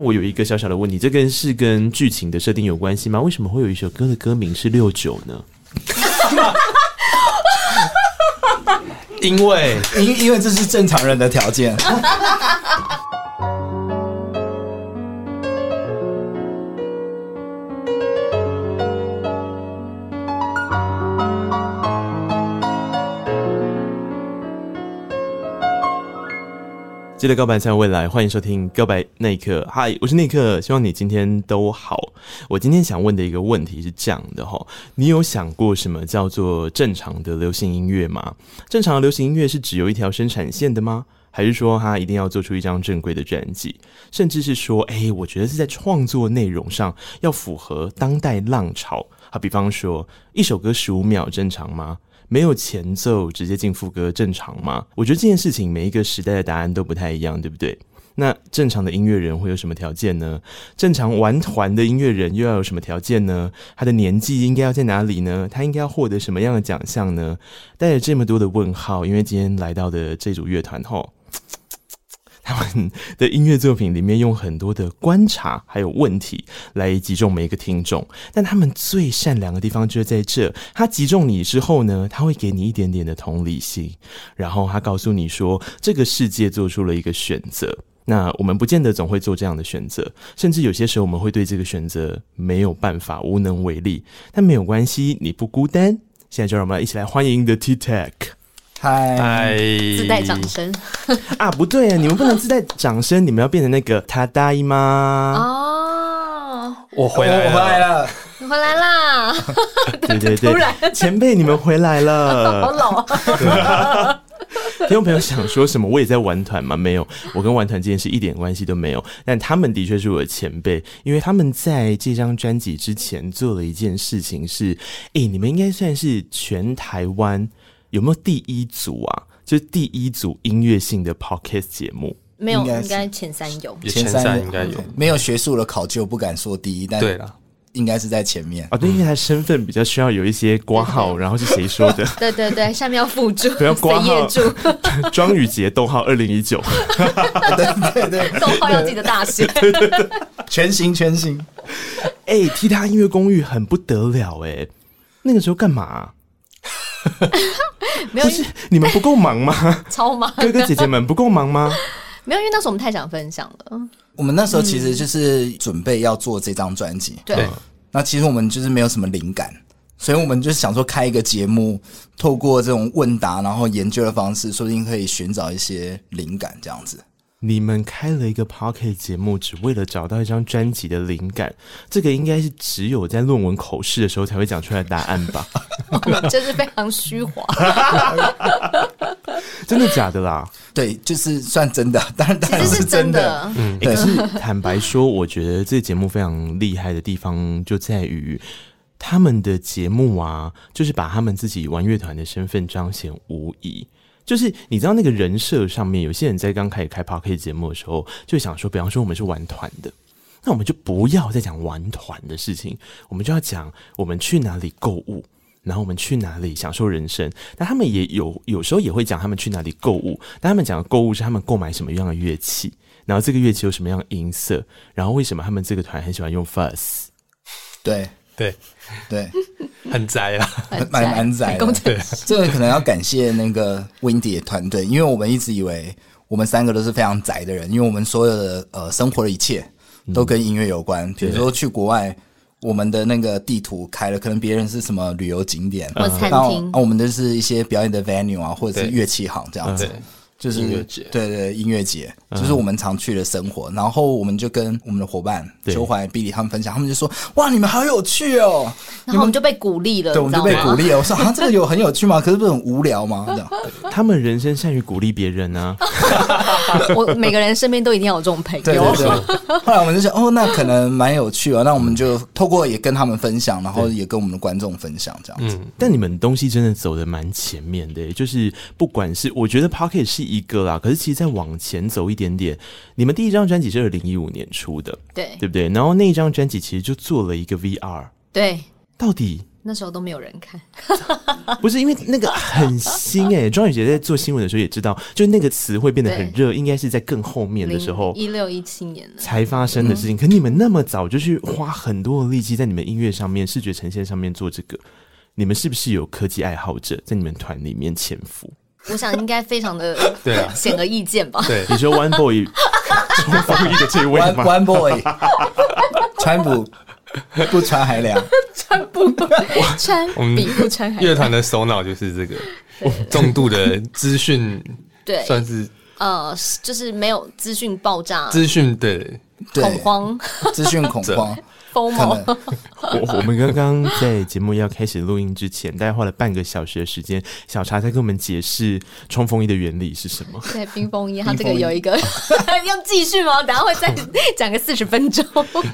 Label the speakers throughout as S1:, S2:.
S1: 我有一个小小的问题，这跟是跟剧情的设定有关系吗？为什么会有一首歌的歌名是六九呢？
S2: 因为
S3: 因因为这是正常人的条件。
S1: 记得告白才有未来，欢迎收听《告白那一刻》。嗨，我是内克，希望你今天都好。我今天想问的一个问题是这样的哈，你有想过什么叫做正常的流行音乐吗？正常的流行音乐是只有一条生产线的吗？还是说他一定要做出一张正规的专辑，甚至是说，哎、我觉得是在创作内容上要符合当代浪潮。好，比方说一首歌十五秒正常吗？没有前奏直接进副歌正常吗？我觉得这件事情每一个时代的答案都不太一样，对不对？那正常的音乐人会有什么条件呢？正常玩团的音乐人又要有什么条件呢？他的年纪应该要在哪里呢？他应该要获得什么样的奖项呢？带着这么多的问号，因为今天来到的这组乐团吼，他们的音乐作品里面用很多的观察还有问题来击中每一个听众，但他们最善良的地方就是在这，他击中你之后呢，他会给你一点点的同理心，然后他告诉你说，这个世界做出了一个选择。那我们不见得总会做这样的选择，甚至有些时候我们会对这个选择没有办法，无能为力。但没有关系，你不孤单。现在就让我们来一起来欢迎 The T Tech
S3: 嗨，
S2: 哎，
S4: 自带掌声
S1: 啊，不对啊，你们不能自带掌声，你们要变成那个他大姨
S3: 嗯
S1: 妈，
S4: 哦，
S2: 我
S3: 我回
S2: 回来了，
S3: 来了，
S4: 你回来 啦，
S1: 对对对
S4: 突然，
S1: 前辈你们回来了，
S4: 好老啊！
S1: 听众朋友想说什么？我也在玩团吗？没有，我跟玩团这件事一点关系都没有。但他们的确是我的前辈，因为他们在这张专辑之前做了一件事情是，诶、你们应该算是全台湾有没有第一组啊？就是第一组音乐性的 podcast 节目。
S4: 没有，
S3: 应该是
S4: 应该前三有。
S2: 也前三应该有，
S3: 没有学术的考究，不敢说第一，但
S2: 对了，
S3: 应该是在前面。
S1: 啊，对，因为他身份比较需要有一些挂号，然后是谁说的？
S4: 对对 对，下面要附注，
S1: 不要挂
S4: 谁
S1: 号
S4: 业主，
S1: 庄宇杰，逗号二零一九。
S3: 对对对，
S4: 动画要记得大 写。
S3: 全新全新。
S1: 哎、踢踏音乐公寓很不得了哎、那个时候干嘛啊、
S4: 没有
S1: 不是你们不够忙吗？
S4: 超忙，
S1: 哥哥姐姐们不够忙吗？
S4: 没有，因为那时候我们太想分享了。
S3: 我们那时候其实就是准备要做这张专辑，
S4: 对，
S2: 对
S3: 那其实我们就是没有什么灵感，所以我们就想说开一个节目，透过这种问答然后研究的方式，说不定可以寻找一些灵感这样子。
S1: 你们开了一个 Pocket 节目，只为了找到一张专辑的灵感，这个应该是只有在论文口试的时候才会讲出来的答案吧？
S4: 我
S3: 啊
S4: 们就是非常虚华，
S1: 真的假的啦？
S3: 对，就是算真的，当然当
S4: 其
S3: 然
S4: 实是真
S3: 真的。嗯
S4: 的。
S1: 欸可是坦白说，我觉得这节目非常厉害的地方就在于。他们的节目啊，就是把他们自己玩乐团的身份彰显无疑。就是你知道那个人设上面，有些人在刚开始开 p o c a s t 节目的时候，就想说，比方说我们是玩团的，那我们就不要再讲玩团的事情，我们就要讲我们去哪里购物。然后我们去哪里享受人生？那他们也有有时候也会讲他们去哪里购物，但他们讲的购物是他们购买什么样的乐器，然后这个乐器有什么样的音色，然后为什么他们这个团很喜欢用 fuzz。
S3: 对
S2: 对，
S3: 对，
S2: 很宅啊啦，
S4: 很
S3: 蛮蛮窄的
S4: 工程师
S3: 这个可能要感谢那个 Windy 的团队，因为我们一直以为我们三个都是非常宅的人，因为我们所有的呃生活的一切
S2: 嗯
S3: 都跟音乐有关，比如说去国外。我们的那个地图开了，可能别人是什么旅游景点，
S4: 或餐
S3: 那
S4: 厅
S3: 啊，我们的是一些表演的 venue 啊，或者是
S2: 对
S3: 乐器行这样子
S2: 对，
S3: 就是
S2: 音乐节嗯
S3: 对对音乐节，就是我们常去的生活。然后我们就跟我们的伙伴
S1: 对
S3: 邱怀、比利他们分享，他们就说：“哇，你们好有趣哦！”
S4: 然后我们就被鼓励了，
S3: 对，我们就被鼓
S4: 励。
S3: 励了。我说：“啊，这个有很有趣吗？可是不是很无 聊吗？”这样，
S1: 他们人生善于鼓励别人啊，
S4: 我每个人身边都一定要有这种朋
S3: 对
S4: 友
S3: 对。对。后来我们就想，哦，那可能蛮有趣啊。那我们就透过也跟他们分享，然后也跟我们的观众分享，这
S4: 嗯
S3: 样子。
S1: 但你们东西真的走的蛮前面的耶，就是不管是我觉得 Pocket 是一个啦，可是其实再往前走一点点，你们第一张专辑是二零一五年出的，
S4: 对
S1: 对不对？然后那一张专辑其实就做了一个 VR，
S4: 对，
S1: 到底
S4: 那时候都没有人看，
S1: 不是因为那个很新哎、庄宇杰在做新闻的时候也知道，就是那个词汇变得很热，应该是在更后面的时候
S4: 一六一七年了，
S1: 才发生的事情。可你们那么早就去花很多的力气在你们音乐上面、视觉呈现上面做这个，你们是不是有科技爱好者在你们团里面潜伏？
S4: 我想应该非常的
S2: 对啊
S4: 显而易见吧。
S2: 对，
S1: 你说 One Boy 冲锋衣的这位
S3: One
S1: 吗？
S3: One Boy，川普不穿还凉，
S4: 穿不 穿
S2: 我们
S4: 比不穿还
S2: 乐团的首脑就是 这个重度的资讯，
S4: 对，
S2: 算是
S4: 呃，就是没有资讯爆炸、
S2: 资讯对
S3: 对，
S4: 恐慌、
S3: 资讯恐 慌，
S4: 疯
S3: 可
S4: 魔。
S3: 能
S1: 我我们刚刚在节目要开始录音之前，大概花了半个小时的时间，小茶在跟我们解释冲锋衣的原理是什么。
S4: 对，冰封一，它
S3: 冰
S4: 这
S3: 封
S4: 个
S3: 一
S4: 有一个要继续吗？等下会再讲个四十分钟。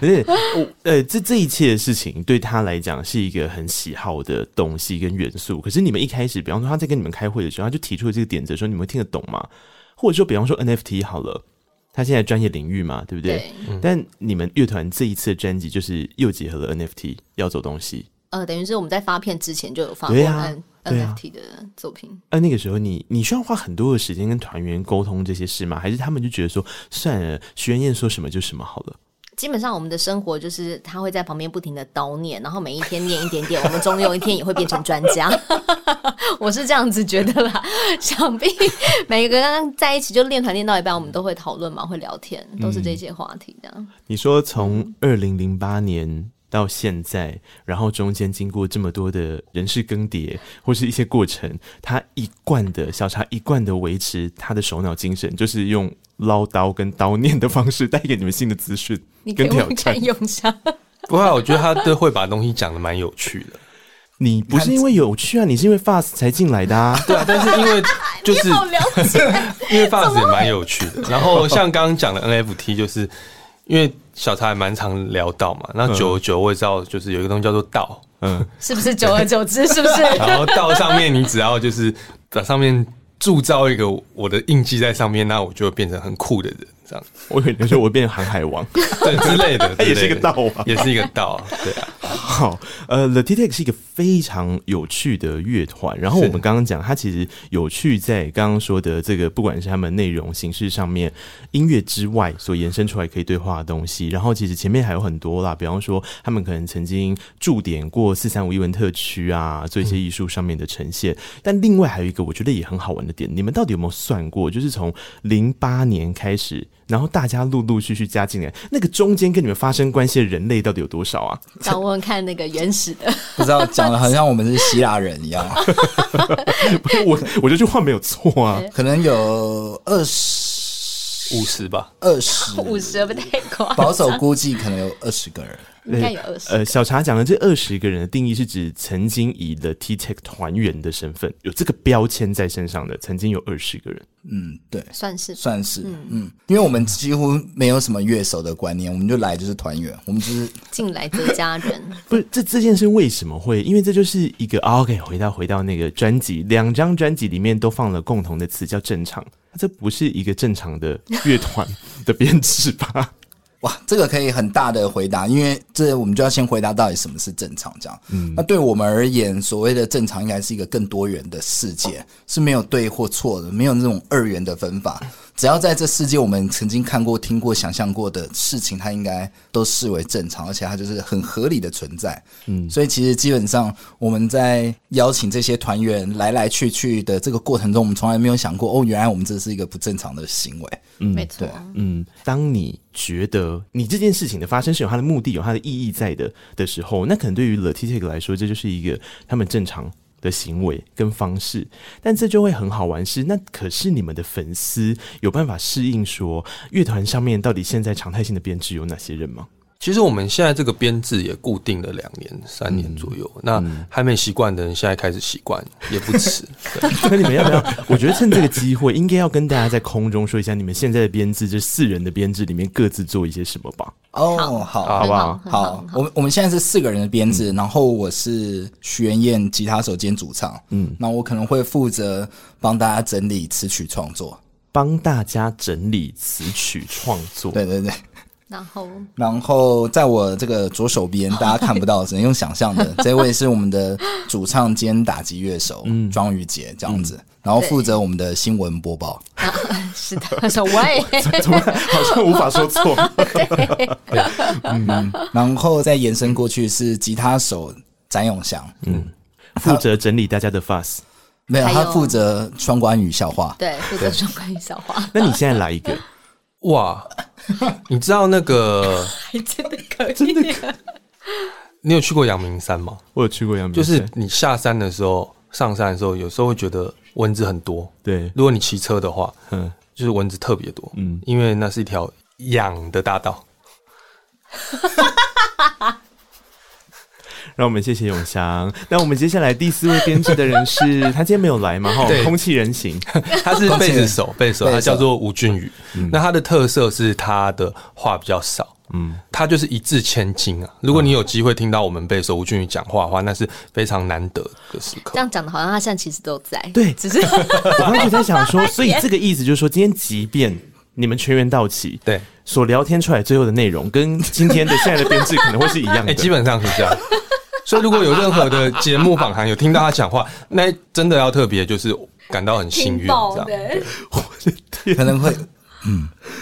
S1: 可是，我呃，这这一切的事情对他来讲是一个很喜好的东西跟元素。可是你们一开始，比方说他在跟你们开会的时候，他就提出了这个点子，说你们会听得懂吗？或者说，比方说 NFT 好了，他现在专业领域嘛，对不对？
S4: 对，
S1: 但你们乐团这一次的专辑就是又结合了 NFT 要走东西。
S4: 呃，等于是我们在发片之前就有发过
S1: 对啊
S4: N
S1: 对啊
S4: NFT 的作品。
S1: 那、那个时候你你需要花很多的时间跟团员沟通这些事吗？还是他们就觉得说算了，徐元燕说什么就什么好了？
S4: 基本上我们的生活就是他会在旁边不停的叨念，然后每一天念一点点，我们终有一天也会变成专 家。我是这样子觉得啦，想必每个人在一起就练团练到一半，我们都会讨论嘛，会聊天，
S1: 嗯
S4: 都是这些话题这样。
S1: 你说从二零零八年到现在，然后中间经过这么多的人事更迭或是一些过程，他一贯的小茶一贯的维持他的首脑精神，就是用唠叨跟叨念的方式带给你们新的资讯
S4: 你给
S1: 跟挑
S4: 我
S1: 战
S4: 看。用 下，
S2: 不过我觉得他都会把东西讲的蛮有趣的。
S1: 你不是因为有趣啊，你是因为 Fast 才进来的啊。
S2: 对啊，但是因 为就是
S4: 你好了解，
S2: 因为 FAS 也蛮有趣的。然后像刚刚讲的 NFT，就是因为小茶也蛮常聊到嘛，那久而久我也知道，就是有一个东西叫做道，
S1: 嗯，
S4: 是不是？久而久之，是不是？
S2: 然后道上面你只要就是把上面铸造一个我的印记在上面，那我就会变成很酷的人，这样
S1: 我以为你说我变航海王。
S2: 对之类的，
S1: 它也是一
S2: 之类
S1: 个
S2: 的
S1: 道啊
S2: 也是一个道， 对啊，
S1: 好， 呃，The T Tech 是一个非常有趣的乐团。然后我们刚刚讲，它其实有趣在刚刚说的这个，不管是他们内容形式上面，音乐之外所延伸出来可以对话的东西。然后其实前面还有很多啦，比方说他们可能曾经驻点过四三五艺文特区啊，做一些艺术上面的呈现。但另外还有一个我觉得也很好玩的点，你们到底有没有算过？就是从零八年开始，然后大家陆陆续续加进来，那个中间跟你们发生关系的人类到底有多少啊？
S4: 想问问看那个原始的，
S3: 不知道讲的好像我们是希腊人一样，
S1: 我我这句话没有错啊，
S3: 可能有二十
S2: 五十吧，
S3: 二十，
S1: 嗯
S4: 五十不太夸
S3: 保
S4: 张，
S3: 守估计可能有二十个人。
S4: 应该有二十。
S1: 呃，小茶讲的这二十个人的定义是指曾经以的 T Tech 团员的身份，有这个标签在身上的，曾经有二十个人。
S3: 嗯，对，
S4: 算是
S3: 算是嗯，因为我们几乎没有什么乐手的观念，我们就来就是团员，我们就是
S4: 进来这家人，
S1: 不是这这件事为什么会？因为这就是一个、啊 OK，回到回到那个专辑，两张专辑里面都放了共同的词叫正常，这不是一个正常的乐团的编制吧？
S3: 哇，这个可以很大的回答，因为这我们就要先回答到底什么是正常，这样。那对我们而言，所谓的正常应该是一个更多元的世界，是没有对或错的，没有那种二元的分法。只要在这世界，我们曾经看过、听过、想象过的事情，它应该都视为正常，而且它就是很合理的存在。嗯，所以其实基本上我们在邀请这些团员来来去去的这个过程中，我们从来没有想过，哦，原来我们这是一个不正常的行为。
S4: 没错
S3: 对。
S1: 嗯，当你觉得你这件事情的发生是有它的目的、有它的意义在的的时候，那可能对于 l e t i t e 来说，这就是一个他们正常的行为跟方式。但这就会很好玩是，那可是你们的粉丝有办法适应说乐团上面到底现在常态性的编制有哪些人吗？
S2: 其实我们现在这个编制也固定了两年、三年左
S1: 嗯
S2: 右，那还没习惯的人现在开始习惯也不 迟。对
S1: 那你们要不要？我觉得趁这个机会，应该要跟大家在空中说一下，你们现在的编制，这四人的编制里面各自做一些什么吧。
S3: 哦，好
S1: 好不好
S4: 很好，嗯
S3: 好
S4: 很，
S3: 我们我们现在是四个人的编制，然后我是徐元燕吉他手兼主唱，嗯，那我可能会负责帮大家整理词曲创作，
S1: 帮大家整理词曲创作，
S3: 对对对，
S4: 然后
S3: 然后在我这个左 手边，大家看不到，只能用想象的。这位是我们的主唱兼打击乐手
S4: 嗯
S3: 庄宇杰，这样子，然后负责我们的新闻播报。
S4: 是的，他说喂，
S1: 突然好像无法说错。
S3: 然后再延伸过去是吉他手詹永祥，
S1: 嗯，负责整理大家的 fuss。
S3: 没有
S4: 还有
S3: 他负责双关语笑话。
S4: 对，负责说关于小花，
S1: 那你现在来一个，
S2: 哇，你知道那个
S4: 还真的可以，真的
S2: 你有去过阳明山吗？
S1: 我有去过阳明
S2: 就
S1: 山，
S2: 是你下山的时候、上山的时候，有时候会觉得蚊子很多。
S1: 对，
S2: 如果你骑车的话，
S1: 嗯，
S2: 就是蚊子特别多，
S1: 嗯
S2: 嗯，因为那是一条痒的大道。
S1: 让我们谢谢永祥。那我们接下来第四位编制的 人是他，今天没有来嘛？哈，
S2: 对
S1: 空气人 形，
S2: 他是贝斯手，贝斯
S3: 贝斯
S2: 手，嗯
S3: 手
S2: 他叫做吴俊宇。那他的特色是他的话比较少，
S1: 嗯，
S2: 他就是一字千金啊。如果你有机会听到我们贝斯手吴俊宇讲话的话，那是非常难得的时刻
S4: 这。样讲的好像他现在其实都在，
S1: 对
S4: 只 是
S1: 我刚刚就在想说，所以这个意思就是说，今天即便你们全员到齐，
S2: 对，
S1: 所聊天出来最后的内容，跟今天的现在的编制可能会是一样
S2: 哎、
S1: 的。
S2: 基 本上是这样。所以如果有任何的节目访谈有听到他讲话，那真的要特别就是感到很幸运，
S4: 听
S2: 这
S4: 到
S2: 样。
S4: 的。
S3: 可能会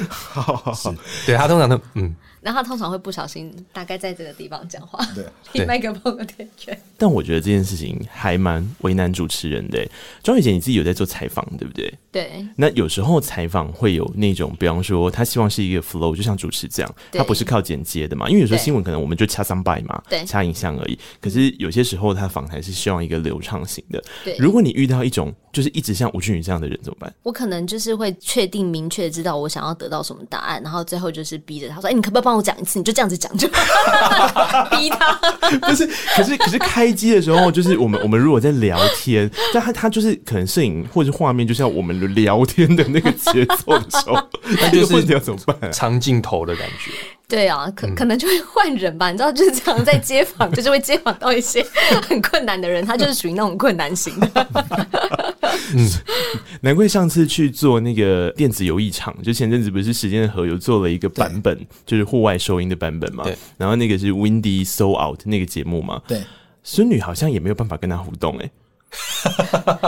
S1: 好好好，
S2: 对他通常都嗯，
S4: 然后他通常会不小心，大概在这个地方讲话，
S3: 对，
S4: 离麦克风有点远。
S1: 但我觉得这件事情还蛮为难主持人的欸。庄宇姐，你自己有在做采访，对不对？
S4: 对，
S1: 那有时候采访会有那种，比方说他希望是一个 flow，就像主持这样，
S4: 对
S1: 他不是靠剪接的嘛。因为有时候
S4: 对
S1: 新闻可能我们就掐 s o 嘛，
S4: 对
S1: 掐影像而已。可是有些时候他访谈是希望一个流畅型的。
S4: 对
S1: 如果你遇到一种就是一直像吴俊宇这样的人怎么办？
S4: 我可能就是会确定明确知道我想要得到什么答案，然后最后就是逼着他说：“哎、你可不可以帮我讲一次？你就这样子讲就好 逼他。
S1: 不是，可是可是开机的时候，就是我们我们如果在聊天，但他他就是可能摄影或者画面，就像我们聊天的那个节奏的 时候，那
S2: 就是
S1: 问题要怎么办、啊？
S2: 长镜头的感觉。”
S4: 对啊，可可能就会换人吧，你知道，就是这样在街访，就是会街访到一些很困难的人，他就是属于那种困难型的。
S1: 难怪上次去做那个电子游艺场，就前阵子不是时间的河有做了一个版本，就是户外收音的版本嘛
S2: 对。
S1: 然后那个是 Windy So Out 那个节目嘛，
S3: 对。
S1: 孙女好像也没有办法跟他互动哎、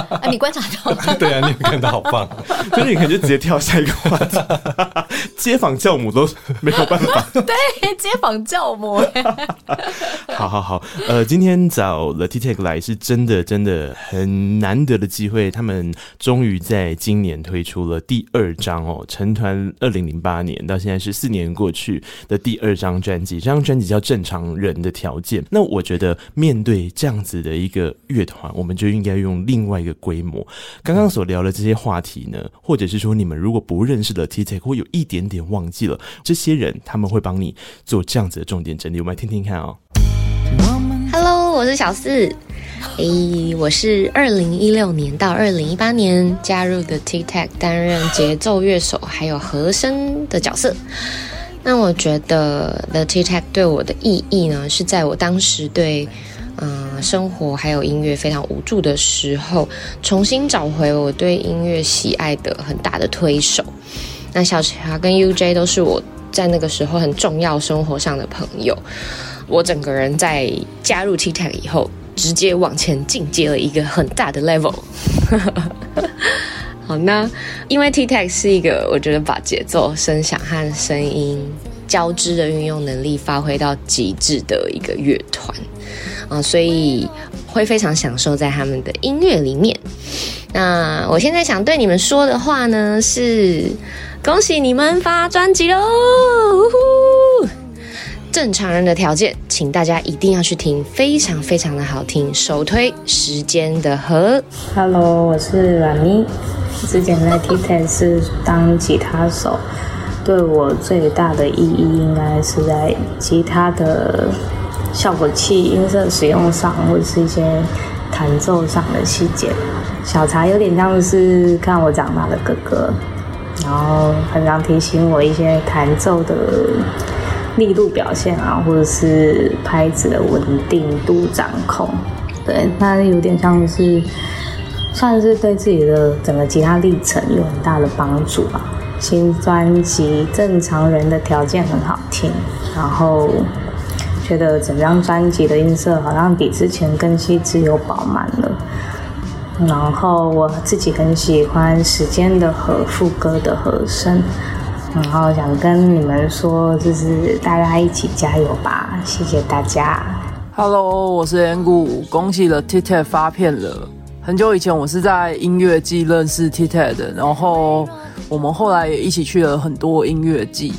S4: 啊，你观察到吗？
S2: 对啊，你有看到好棒，
S1: 孙女可能就直接跳下一个话题，街访教母都没有办法。
S4: 对，街访教 母、哎
S1: 好好好，呃，今天找了 T Tech 来是真的真的很难得的机会，他们终于在今年推出了第二张哦，成团二零零八年到现在是四年过去的第二张专辑，这张专辑叫《正常人的条件》。那我觉得面对这样子的一个乐团，我们就应该用另外一个规模。刚刚所聊的这些话题呢，或者是说你们如果不认识的 T Tech 或有一点点忘记了，这些人他们会帮你做这样子的重点整理，我们来听听看哦。
S5: Hello，我是小四。诶、我是二零一六年到二零一八年加入的 Tic Tac，担任节奏乐手还有和声的角色。那我觉得 The Tic Tac 对我的意义呢，是在我当时对嗯、呃生活还有音乐非常无助的时候，重新找回我对音乐喜爱的很大的推手。那小茶跟 UJ 都是我在那个时候很重要生活上的朋友。我整个人在加入 T Tech 以后，直接往前进阶了一个很大的 level。好，那因为 T Tech 是一个我觉得把节奏、声响和声音交织的运用能力发挥到极致的一个乐团啊、所以会非常享受在他们的音乐里面。那我现在想对你们说的话呢是，恭喜你们发专辑喽！呼呼正常人的条件，请大家一定要去听，非常非常的好听，首推《时间的河》。
S6: Hello，我是阮咪，之前在 T T 是当吉他手，对我最大的意义应该是在吉他的效果器、音色使用上，或者是一些弹奏上的细节。小茶有点像是看我长大的哥哥，然后很常提醒我一些弹奏的力度表现啊，或者是拍子的稳定度掌控。对，那有点像是算是对自己的整个吉他历程有很大的帮助吧。新专辑《正常人的条件》很好听，然后觉得整张专辑的音色好像比之前更细致又饱满了。然后我自己很喜欢时间的和副歌的和声，然后想跟你们说，就是大家一起加油吧，谢谢大家。
S7: Hello，我是 N 谷，恭喜了 T T 发片了。很久以前我是在音乐季认识 T E T 的，然后我们后来也一起去了很多音乐季，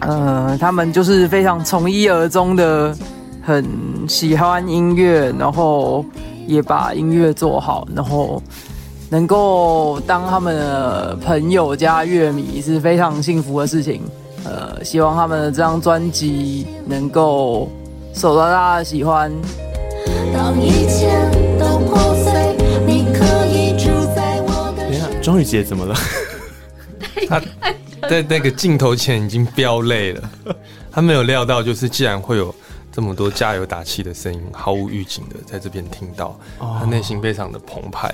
S7: 呃，他们就是非常从一而终的，很喜欢音乐，然后也把音乐做好，然后能够当他们的朋友加乐迷是非常幸福的事情。呃，希望他们的这张专辑能够。受到大家的喜欢。
S8: 当一切都破碎，你可以住在我的
S1: 等一下，庄宇杰怎么了？
S2: 他在那个镜头前已经飙泪了，他没有料到，就是既然会有这么多加油打气的声音，毫无预警的在这边听到，
S1: 哦
S2: 他内心非常的澎湃，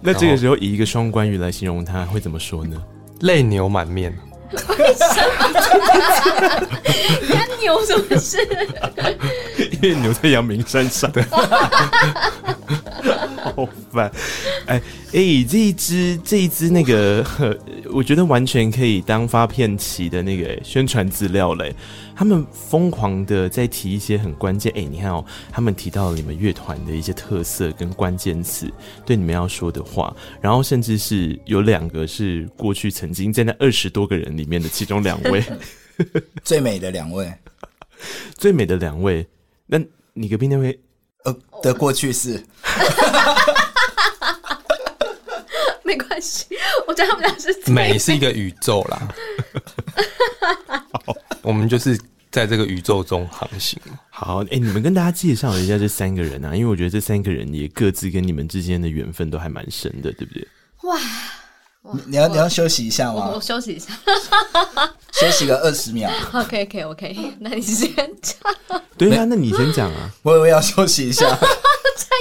S1: 那这个时候以一个双关语来形容他，会怎么说呢？
S2: 泪流满面。
S4: 跟牛什么事？
S1: 因为牛在阳明山上， 好烦。哎哎、这一支这一支那个， 呵我觉得完全可以当发片期的那个哎宣传资料嘞。他们疯狂的在提一些很关键，哎、你看哦，他们提到了你们乐团的一些特色跟关键词，对你们要说的话，然后甚至是有两个是过去曾经在那二十多个人里面的其中两位。
S3: 最美的两位，
S1: 最美的两位，那你隔壁那位
S3: 呃
S4: 哦
S3: 的过去式，
S4: 没关系，我觉得他们俩是最
S2: 美是一个宇宙 啦，我们就是在这个宇宙中航行。
S1: 好，哎、你们跟大家介绍一下这三个人啊，因为我觉得这三个人也各自跟你们之间的缘分都还蛮深的，对不对？
S4: 哇！
S3: 你你
S4: 哦
S3: 要你要休息一下
S4: 我
S3: 吗
S4: 我？休息一 下
S3: 休息个二十秒，
S4: ，OK OK OK，那 你先讲，
S1: 对啊，那你先讲啊。
S3: 我以为要休息 一下。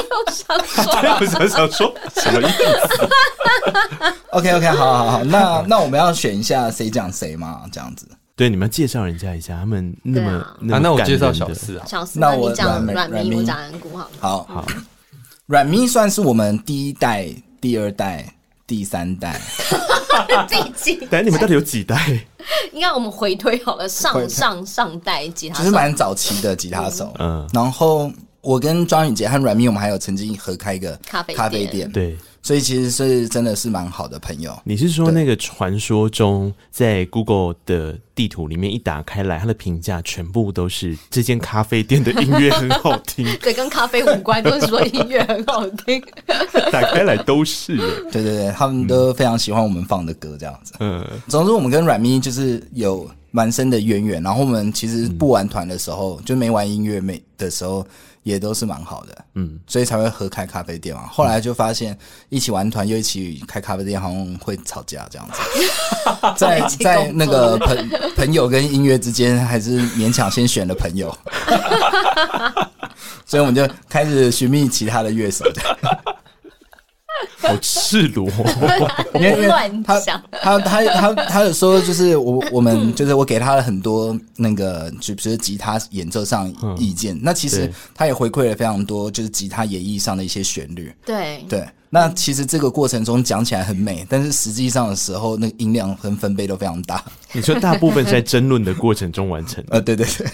S4: 又想说，
S1: 我想想说什么意思？
S3: OK OK，好好好，那那我们要选一下谁讲谁嘛，这样子。
S1: 对，你们要介绍人家一下，他们那么、
S4: 对啊
S1: 那
S2: 啊，
S1: 么
S2: 那我
S1: 感
S2: 介
S1: 人
S2: 绍小
S1: 的
S2: 四啊，
S4: 小四，
S3: 那
S4: 那你
S3: 我
S4: 讲
S3: 软
S4: 软
S3: 软
S4: 迷，
S3: 迷
S4: 我讲安谷好了。
S3: 好好，软咪算是我们第一代、第二代、第三代，
S4: 毕竟，
S1: 等一下你们到底有几代？
S4: 应该我们回推好了，上上上代吉他
S3: 其
S4: 手
S3: 实蛮早期的吉他手。
S1: 嗯
S3: 嗯，然后我跟庄宇杰和软咪，我们还有曾经合开一个
S4: 咖啡店
S3: 咖啡店，，
S1: 对，
S3: 所以其实是真的是蛮好的朋友。
S1: 你是说那个传说中在 Google 的地图里面一打开来，它的评价全部都是这间咖啡店的音乐很好听，
S4: 对，跟咖啡无关，都是说音乐很好听。
S1: 打开来都是耶。
S3: 对对对，他们都非常喜欢我们放的歌这样子。
S1: 嗯，
S3: 总之，我们跟软咪就是有蛮深的渊源。然后我们其实不玩团的时候，就没玩音乐没的时候，也都是蛮好的。嗯，所以才会合开咖啡店嘛。后来就发现，一起玩团又一起开咖啡店，好像会吵架这样 子。在
S4: 一起工作
S3: 在那个朋朋友跟音乐之间，还是勉强先选了朋友。 所以我们就开始寻觅其他的乐手，
S1: 好赤 裸哦、
S3: 因为因为
S4: 乱
S3: 他
S4: 想嗯
S3: 他他他他有说，就是我我们就是我给他了很多那个，就比如吉他演奏上意见。那其实
S1: 对
S3: 他也回馈了非常多，就是吉他演绎上的一些旋律。
S4: 对，
S3: 对，那其实这个过程中讲起来很美，但是实际上的时候，那个音量跟分贝都非常大。
S1: 你说大部分是在争论的过程中完成的。
S3: 呃，对对对，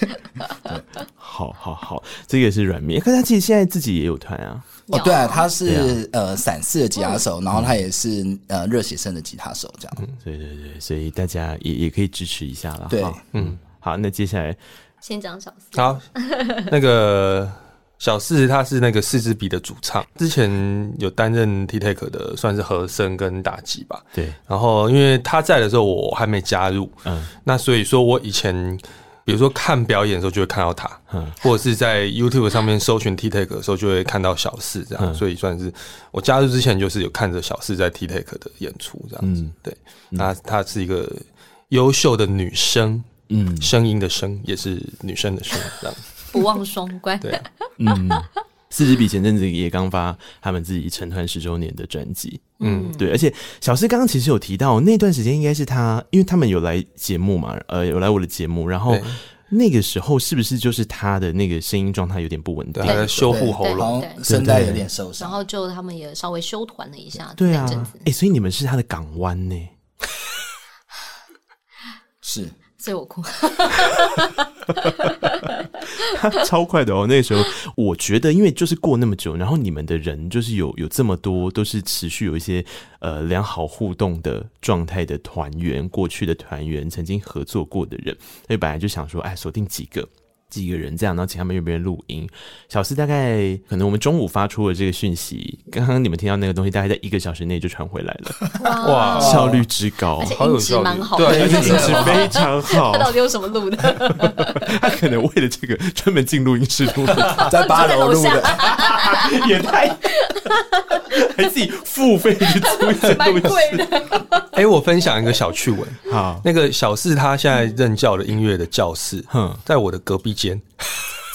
S1: 好好好，这个是软绵，可是他其实现在自己也有团啊。
S3: 哦
S4: 有
S3: 对啊，他是呃散四的吉他手，
S4: 嗯
S3: 然后他也是呃热血生的吉他手，这样。
S1: 对对对，所以大家也也可以支持一下啦。
S3: 对
S1: 好嗯，好，那接下来
S4: 先讲小四，
S2: 好，那个小四他是那个四支笔的主唱，之前有担任 T Take 的算是和声跟打击吧。
S1: 对，
S2: 然后因为他在的时候我还没加入，
S1: 嗯
S2: 那所以说我以前比如说看表演的时候就会看到他，
S1: 嗯
S2: 或者是在 YouTube 上面搜寻 T Take 的时候就会看到小四这样，
S1: 嗯
S2: 所以算是我加入之前就是有看着小四在 T Take 的演出这样子。
S1: 嗯
S2: 对，那她是一个优秀的女生。
S1: 嗯
S2: 声音的声也是女生的声，这样。
S4: 不忘双关。
S2: 对啊，
S1: 嗯，四支笔前阵子也刚发他们自己成团十周年的专辑，嗯，对，而且小诗刚刚其实有提到那段时间应该是他，因为他们有来节目嘛，呃，有来我的节目，然后
S2: 对
S1: 那个时候是不是就是他的那个声音状态有点不稳 定
S2: 对，还？在修复喉
S4: 对
S3: 好
S2: 咙。
S3: 像声带有点受
S4: 然
S3: 伤。
S4: 后就他们也稍微休团了一下，
S1: 对
S4: 那阵
S1: 啊
S4: 子，
S1: 哎、所以你们是他的港湾呢、
S3: 是，
S4: 所以我哭。
S1: 超快的哦。那时候我觉得，因为就是过那么久，然后你们的人就是有有这么多都是持续有一些呃良好互动的状态的团员，过去的团员曾经合作过的人，所以本来就想说，哎，锁定几个。几个人这样，然后请他们那边录音。小四大概可能我们中午发出了这个讯息，刚刚你们听到那个东西，大概在一个小时内就传回来了，
S2: 哇，
S1: 效率之高
S4: 而，且
S2: 好有
S4: 音质
S2: 效率
S4: 蛮好的，
S2: 对
S1: 而且音质 非常
S4: 他到
S1: 好。
S4: 底用什么录的？
S1: 他可能为了这个专门进录音室录的。
S3: 在八楼 录
S4: 在楼
S3: 的，
S1: 也太 还自己付费去租一 个
S4: 蛮贵
S1: 东西，
S4: 的。
S2: 哎、我分享一个小趣闻。
S1: 好，
S2: 那个小四他现在任教的音乐的教室，
S1: 哼
S2: 在我的隔壁间。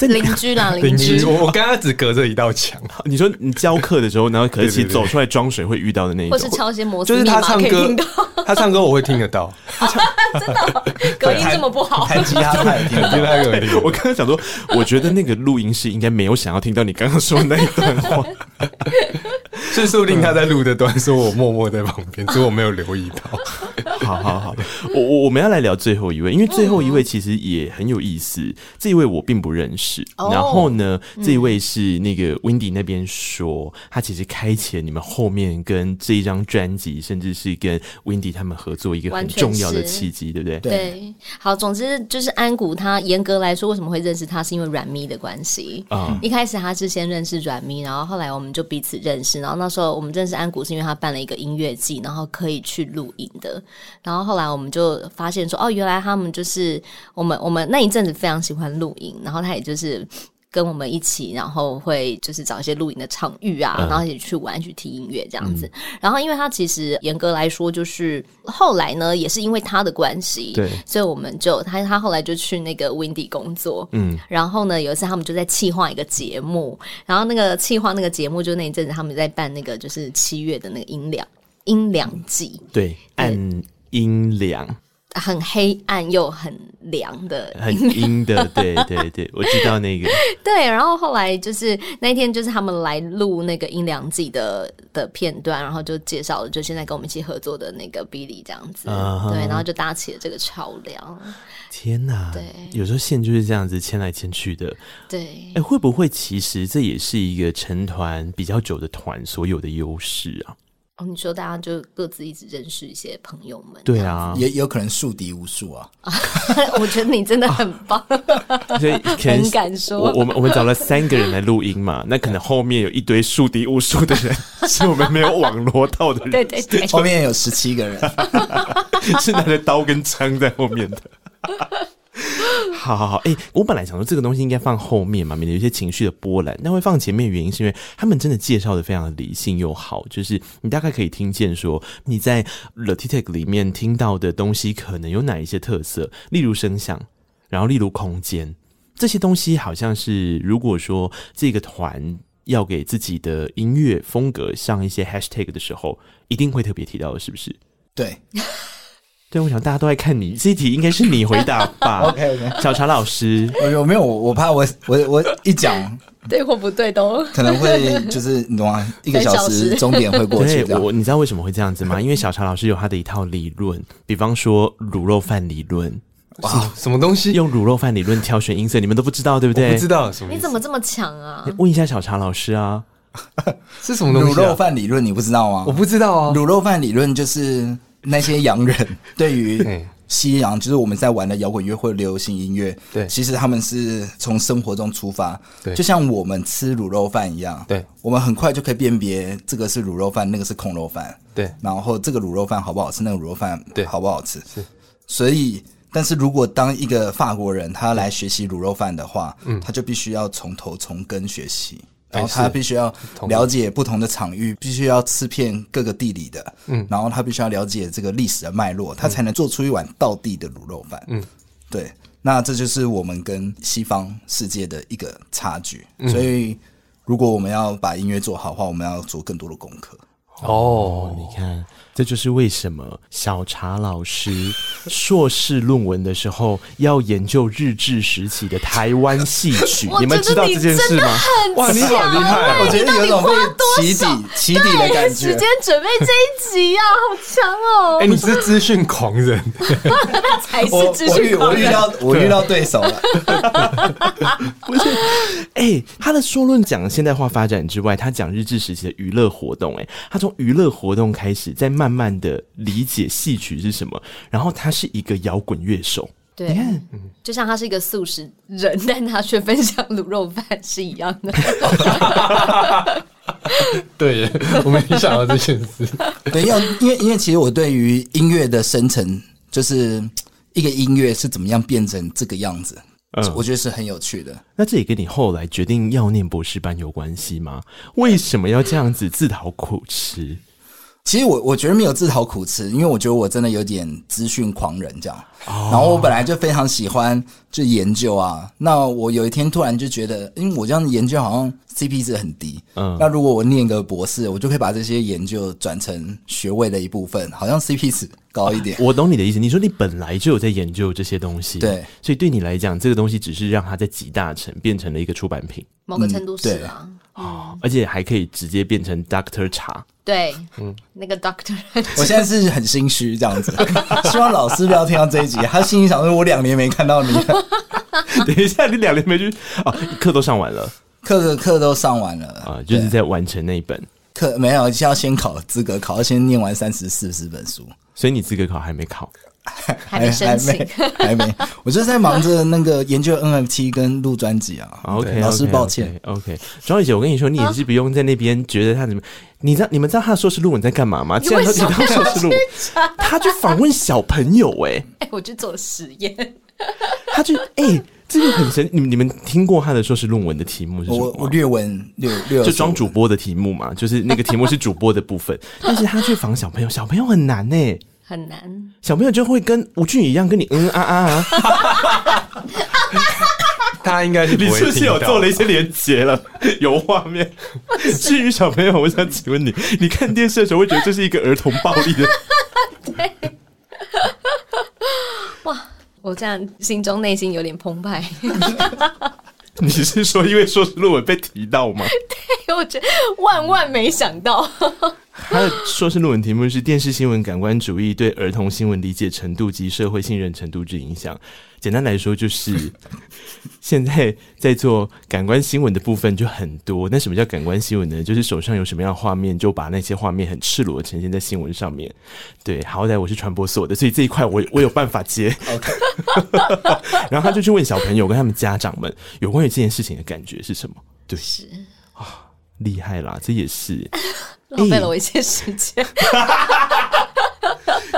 S4: 邻居 啦，邻居。
S2: 我我跟他只隔着一道墙，
S1: 你说你教课的时候，然后可是其实
S2: 对对对
S1: 走出来装水会遇到的那一
S4: 或是
S1: 种，
S4: 敲一些摩斯
S2: 就是
S4: 密
S2: 他
S4: 码
S2: 唱
S4: 可以
S2: 歌
S4: 听到，
S2: 他唱歌我会听得到，
S4: 隔音这么不好，
S3: 弹吉他他也听得
S2: 听
S3: 到。
S2: 他有
S1: 对我刚刚想说，我觉得那个录音师应该没有想要听到你刚刚说那一段话，
S2: 是说不定他在录的段，说我默默在旁边，只是我没有留意到。
S1: 好好 好，我我我们要来聊最后一位，因为最后
S4: 嗯
S1: 一位其实也很有意思。这一位我并不认识，
S4: 哦
S1: 然后呢，这一位是那个 Wendy 那边说，他其实开启了你们后面跟这一张专辑，甚至是跟 Wendy 他们合作一个很
S4: 完全
S1: 重要的
S4: 是
S1: 契机，对不对？
S4: 对，好，总之就是安谷，他严格来说为什么会认识他，是因为软咪的关系。
S1: 啊、
S4: 一开始他是先认识软咪，然后后来我们就彼此认识，然后那时候我们认识安谷是因为他办了一个音乐季，然后可以去录影的，然后后来我们就发现说，哦，原来他们就是我们我们那一阵子非常喜欢录影，然后他也就是。跟我们一起，然后会就是找一些录影的场域啊，然后一起去玩、去听音乐这样子。然后，因为他其实严格来说，就是后来呢，也是因为他的关系，
S1: 对
S4: 所以我们就他他后来就去那个 Windy 工作，嗯，然后呢，有一次他们就在企划一个节目，然后那个企划那个节目就那一阵子他们在办那个就是七月的那个音量音量季，
S1: 对，按阴凉，
S4: 很黑暗又很凉的
S1: 很阴的，对对对，我知道 那个，
S4: 对，然后后来就是那一天，就是他们来录那个《阴凉季》的的片段，然后就介绍了，就现在跟我们一起合作的那个 Billy 这样子
S1: 啊哈
S4: 对，然后就搭起了这个桥梁，
S1: 天哪，
S4: 对
S1: 有时候线就是这样子牵来牵去的。
S4: 对
S1: 哎、。会不会其实这也是一个成团比较久的团所有的优势啊？
S4: 哦，你说大家就各自一直认识一些朋友们，
S1: 对，啊，
S3: 也有可能树敌无数啊，
S4: 我觉得你真的很棒，
S1: 所以可能
S4: 很敢说
S1: 我我们我们找了三个人来录音嘛，那可能后面有一堆树敌无数的人， 是我们没有网罗到的人，
S4: 对对 对，
S3: 后面有十七个人，
S1: 是拿着刀跟枪在后面的。 好好好，哎、我本来想说这个东西应该放后面嘛，免得有一些情绪的波澜。但会放前面，原因是因为他们真的介绍的非常的理性又好，就是你大概可以听见说你在 The T Tech 里面听到的东西可能有哪一些特色，例如声响，然后例如空间这些东西，好像是如果说这个团要给自己的音乐风格上一些 hashtag 的时候，一定会特别提到的，是不是？
S3: 对，
S1: 对，我想大家都在看你，这一题应该是你回答吧
S3: OK，OK
S1: 小茶老师，
S3: 我有没有我我怕我我我一讲
S4: 对或不对都
S3: 可能会就是你懂吗？一个小
S4: 三小
S3: 时
S4: 时
S3: 终点会过去
S1: 对
S3: 这样
S1: 我，。你知道为什么会这样子吗？因为小茶老师有他的一套理论，比方说卤肉饭理论，
S2: 哇，什么东西？
S1: 用卤肉饭理论挑选音色，你们都不知道对不
S2: 我
S1: 对？
S2: 不知道什么意
S4: 你
S2: 思？
S4: 怎么这么强啊？
S1: 问一下小茶老师啊，
S2: 是什么东
S3: 卤
S2: 西、
S3: 肉
S2: 啊？
S3: 饭理论你不知道吗？
S2: 我不知道啊。
S3: 卤肉饭理论就是那些洋人对于
S2: 嗯
S3: 西洋，就是我们在玩的摇滚乐或流行音乐，
S2: 对
S3: 其实他们是从生活中出发，
S2: 对
S3: 就像我们吃卤肉饭一样，
S2: 对，
S3: 我们很快就可以辨别这个是卤肉饭，那个是空肉饭，
S2: 对
S3: 然后这个卤肉饭好不好吃，那个卤肉饭
S2: 对
S3: 好不好吃，所以。但是如果当一个法国人他来学习卤肉饭的话，他就必须要从头从根学习，然后
S2: 嗯哎
S3: 他
S2: 是
S3: 必须要
S2: 同意
S3: 了解不同的场域，必须要吃遍各个地理的，嗯，然后他必须要了解这个历史的脉络，他才能做出一碗道地的卤肉饭，嗯，对，
S2: 嗯
S3: 那这就是我们跟西方世界的一个差距，所以如果我们要把音乐做好的话，我们要做更多的功课。
S1: 哦，你看，这就是为什么小茶老师硕士论文的时候要研究日治时期的台湾戏曲。你们知道这件事吗？
S2: 哇，你好厉害！哦
S3: 我觉得有一种被起
S4: 到
S3: 底起底的感
S4: 时
S3: 觉
S4: 间。准备这一集呀、好强哦！
S2: 哎，你是资讯狂 人，
S4: 他才
S3: 我
S4: 是知
S3: 我遇
S4: 识狂
S3: 我遇
S4: 人。
S3: 到我遇到对手了，
S1: 哎、他的说论讲现代化发展之外，他讲日治时期的娱乐活动、哎，他从娱乐活动开始，再慢慢的理解戏曲是什么，然后他是一个摇滚乐手。
S4: 对，
S1: 嗯
S4: 就像他是一个素食人， 但他却分享卤肉饭是一样的。
S2: 对耶，我没想到这件事。
S3: 对，要因为因为其实我对于音乐的生成，就是一个音乐是怎么样变成这个样子，
S1: 嗯
S3: 我觉得是很有趣的。
S1: 那这也跟你后来决定要念博士班有关系吗？为什么要这样子自讨苦吃？
S3: 其实我我觉得没有自讨苦吃，因为我觉得我真的有点资讯狂人这样。然后我本来就非常喜欢就研究啊，那我有一天突然就觉得，因为我这样研究好像 CP 值很低，
S1: 嗯
S3: 嗯，那如果我念个博士，我就可以把这些研究转成学位的一部分，好像 CP 值高一点。
S1: 我懂你的意思，你说你本来就有在研究这些东西，
S3: 对，
S1: 所以对你来讲，这个东西只是让它在集大成变成了一个出版品，
S4: 某个程度是啊，
S1: 而且还可以直接变成 Doctor 茶。
S4: 对，
S1: 嗯
S4: 那个 doctor
S1: 哎
S3: 我现在是很心虚这样子， 希望老师不要听到这一集，他心里想说，我两年没看到你了，
S1: 等一下，你两年没去哦，课都上完了
S3: 课的课都上完了
S1: 啊、
S3: 啊，
S1: 就是在完成那一本，
S3: 课没有，是要先考资格考，要先念完三十四十本书。
S1: 所以你资格考还没考。
S4: 还没申请，
S3: 还 没，还没，我就是在忙着那个研究 NFT 跟录专辑啊。
S1: OK，
S3: 老师抱歉，。
S1: OK，庄宇姐，我跟你说，你也是不用在那边觉得他怎么，你知道你们知道他的硕士论文在干嘛吗？既然都提到硕士论文，他去访问小朋友、哎，
S4: 哎、我去做实验。
S1: 他去哎。这个很神，你们你们听过他的硕士论文的题目是什么
S3: 我
S1: 吗？
S3: 我略文略略有
S1: 就
S3: 所
S1: 装主
S3: 闻，
S1: 播的题目嘛，就是那个题目是主播的 部分，但是他去访小朋友，小朋友很难呢、欸
S4: 很难，
S1: 小朋友就会跟吴俊宇一样跟你嗯嗯啊啊啊，
S2: 他应该是不
S1: 你
S2: 会
S1: 是不是
S2: 听
S1: 有
S2: 到啊
S1: 做了一些连结了？ 有画面。至于小朋友，我想请问你，你看电视的时候会觉得这是一个儿童暴力的？
S4: 我这样心中内心有点澎湃。
S1: 你是说因为硕士论文被提到吗？
S4: 我觉得万万没想到，
S1: 哎他的硕士论文题目是《电视新闻感官主义对儿童新闻理解程度及社会信任程度之影响》。简单来说，就是现在在做感官新闻的部分就很多。那什么叫感官新闻呢？就是手上有什么样的画面，就把那些画面很赤裸地呈现在新闻上面。对，好歹我是传播所的，所以这一块我我有办法接。然后他就去问小朋友跟他们家长们有关于这件事情的感觉是什么。对，是啊，厉害啦，这也是。
S4: 浪费了我一些时间。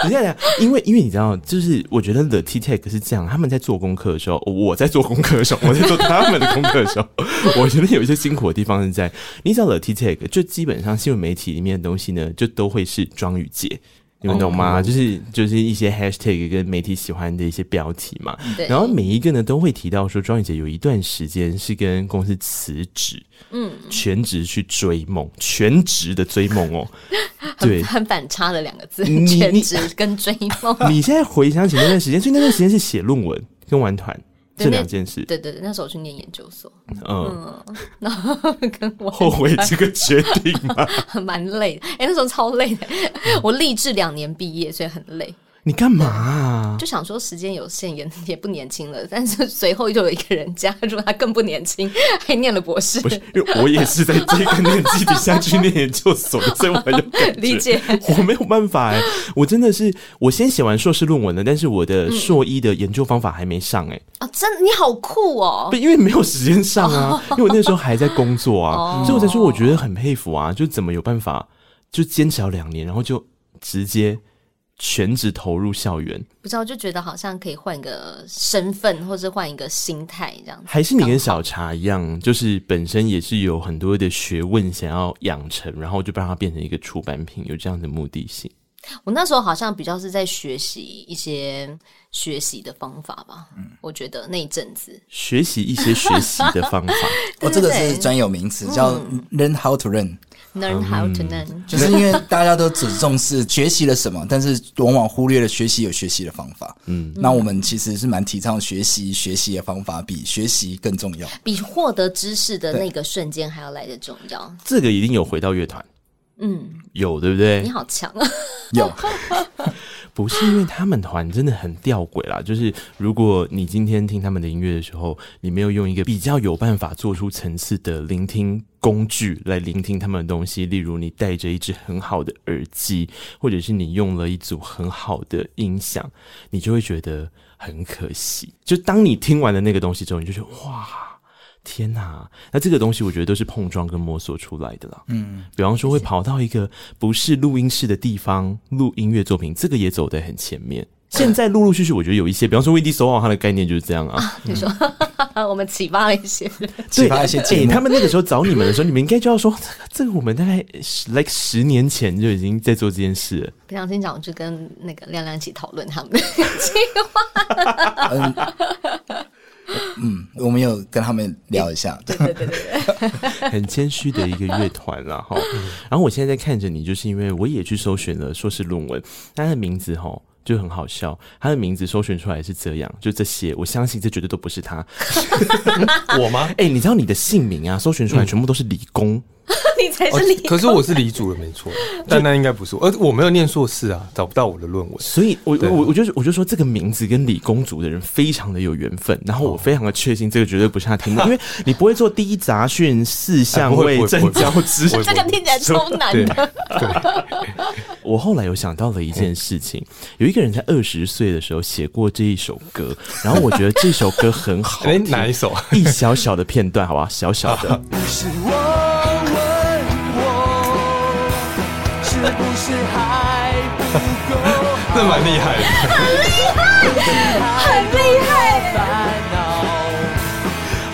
S1: 你在讲，因为因为你知道，就是我觉得 The T Tech 是这样，他们在做功课的时候，我在做功课的时候，我在做他们的功课的时候， 我觉得有一些辛苦的地方是在，你知道 The T Tech 就基本上新闻媒体里面的东西呢，就都会是庄语界。你们懂
S4: 哦
S1: 吗就是就是一些 hashtag 跟媒体喜欢的一些标题嘛，
S4: 对
S1: 然后每一个呢都会提到说，庄宇姐有一段时间是跟公司辞职，嗯，全职去追梦，全职的追梦哦，对，
S4: 很反差的两个字，
S1: 你
S4: 全职跟追梦。
S1: 你现在回想起那段时间，所以那段时间是写论文跟玩团
S4: 对
S1: 这
S4: 那
S1: 两件事，
S4: 对对对，那时候我去念研究所，
S1: 嗯，
S4: 然后跟我
S1: 后悔这个决定吗？
S4: 蛮累的。哎、那时候超累的，
S1: 嗯
S4: 我励志两年毕业，所以很累。
S1: 你干嘛啊？
S4: 就想说时间有限，也也不年轻了。但是随后又有一个人加入，他更不年轻，还念了博士
S1: 不。是，因为我也是在这个年纪底下去念研究所的，所以我很有感觉
S4: 理解。
S1: 我没有办法哎、我真的是，我先写完硕士论文了，但是我
S4: 嗯
S1: 的硕一的研究方法还没上哎、
S4: 啊，真你好酷哦
S1: 不，！因为没有时间上啊，因为我那时候还在工作啊，所以我才说我觉得很佩服啊，就怎么有办法就坚持了两年，然后就直接全职投入校园。
S4: 不知道就觉得好像可以换一个身份，或是换一个心态这样子。
S1: 还是你跟小茶一样，就是本身也是有很多的学问想要养成，然后就让它变成一个出版品，有这样的目的性。
S4: 我那时候好像比较是在学习一些学习的方法吧，
S1: 嗯
S4: 我觉得那一阵子
S1: 学习一些学习的方法，
S4: 对
S3: 哦，这个
S4: 对嗯
S3: 是专有名词，叫 learn how to learn，
S1: 嗯
S4: learn how to learn，、
S3: 就是因为大家都只重视学习了什么，但是往往忽略了学习有学习的方法。嗯，那我们其实是蛮提倡学习学习的方法比学习更重要。
S4: 比获得知识的那个瞬间还要来的重要。
S1: 这个一定有回到乐团，
S4: 嗯，
S1: 有对不对？
S4: 你好强啊！
S3: 有，
S1: 不是因为他们团真的很吊诡啦，就是如果你今天听他们的音乐的时候，你没有用一个比较有办法做出层次的聆听工具来聆听他们的东西，例如你戴着一只很好的耳机，或者是你用了一组很好的音响，你就会觉得很可惜。就当你听完了那个东西之后，你就觉得哇。天呐，那这个东西我觉得都是碰撞跟摸索出来的啦。嗯，比方说会跑到一个不是录音室的地方录音乐作品，这个也走得很前面。现在陆陆续续，我觉得有一些，比方说《危地守望》，它的概念就是这样啊。
S4: 你说，呃我们启发了一些 人，
S1: 对
S3: 启发一些节
S1: 哎
S3: 目
S1: 他们那个时候找你们的时候，你们应该就要说，这个这个我们大概十 like 十年前就已经在做这件事 了。
S4: 平常心讲，我就跟那个亮亮一起讨论他们的 计划。
S3: 我们有跟他们聊一下，对
S4: 对对对对，
S1: 很谦虚的一个乐团啦哈。然后我现在在看着你，就是因为我也去搜寻了硕士论文，但它的名字哈就很好笑，它的名字搜寻出来是这样，就这些，我相信这绝对都不是他。
S4: 啊
S2: 我吗？
S1: 哎、你知道你的姓名啊，搜寻出来全部都是理工，
S4: 你才
S2: 哦
S4: 是理。
S2: 可是我是理主了，没 错，但那应该不是我，而我没有念硕士啊，找不到我的论文。
S1: 所以我
S2: 对
S1: 我我就我就说这个名字跟理工组的人非常的有缘分，然后我
S2: 哦
S1: 非常的确信这个绝对不是他听的，因为你不会做第一杂讯四
S2: 哎
S1: 项
S2: 不会不
S1: 位
S2: 会
S1: 正
S2: 不会
S1: 交织，
S2: 不会
S4: 这个听起来超难
S2: 对
S4: 的，
S1: 我后来有想到了一件事情，有一个人在二十岁的时候写过这一首歌，然后我觉得这首歌很好
S2: 哎，
S1: 听，
S2: 哪一首？
S1: 一小小的片段，好吧，小小 的，
S9: 是我问我，是不是还不够
S2: 这蛮厉害的，
S4: 很厉害。
S9: 烦恼？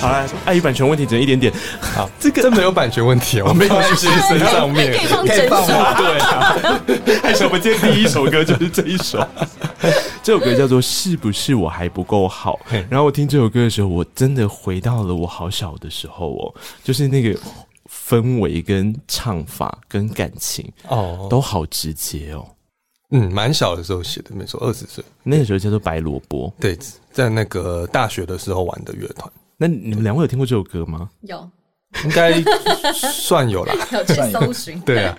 S1: 好啦，碍于版权问题，只能一点点。好，这个
S2: 这没有版权问 题哦，我没有去身上面
S4: 可以放
S3: 可以
S4: 真
S3: 放
S4: 说，
S3: 吗？
S1: 对啊， 害什么？今天第一首歌就是这一首， 这首歌叫做《是不是我还不够好》。然后我听这首歌的时候，我真的回到了我好小的时候哦，就是那个氛围、跟唱法、跟感情
S2: 哦。
S1: 都好直接哦。
S2: 嗯，蛮小的时候写的，没错，二十岁。
S1: 那个时候叫做白萝卜。
S2: 对，在那个大学的时候玩的乐团，
S1: 那你们两位有听过这首歌吗？
S4: 有
S2: 应该算有啦。
S4: 有去搜寻，
S2: 对啊，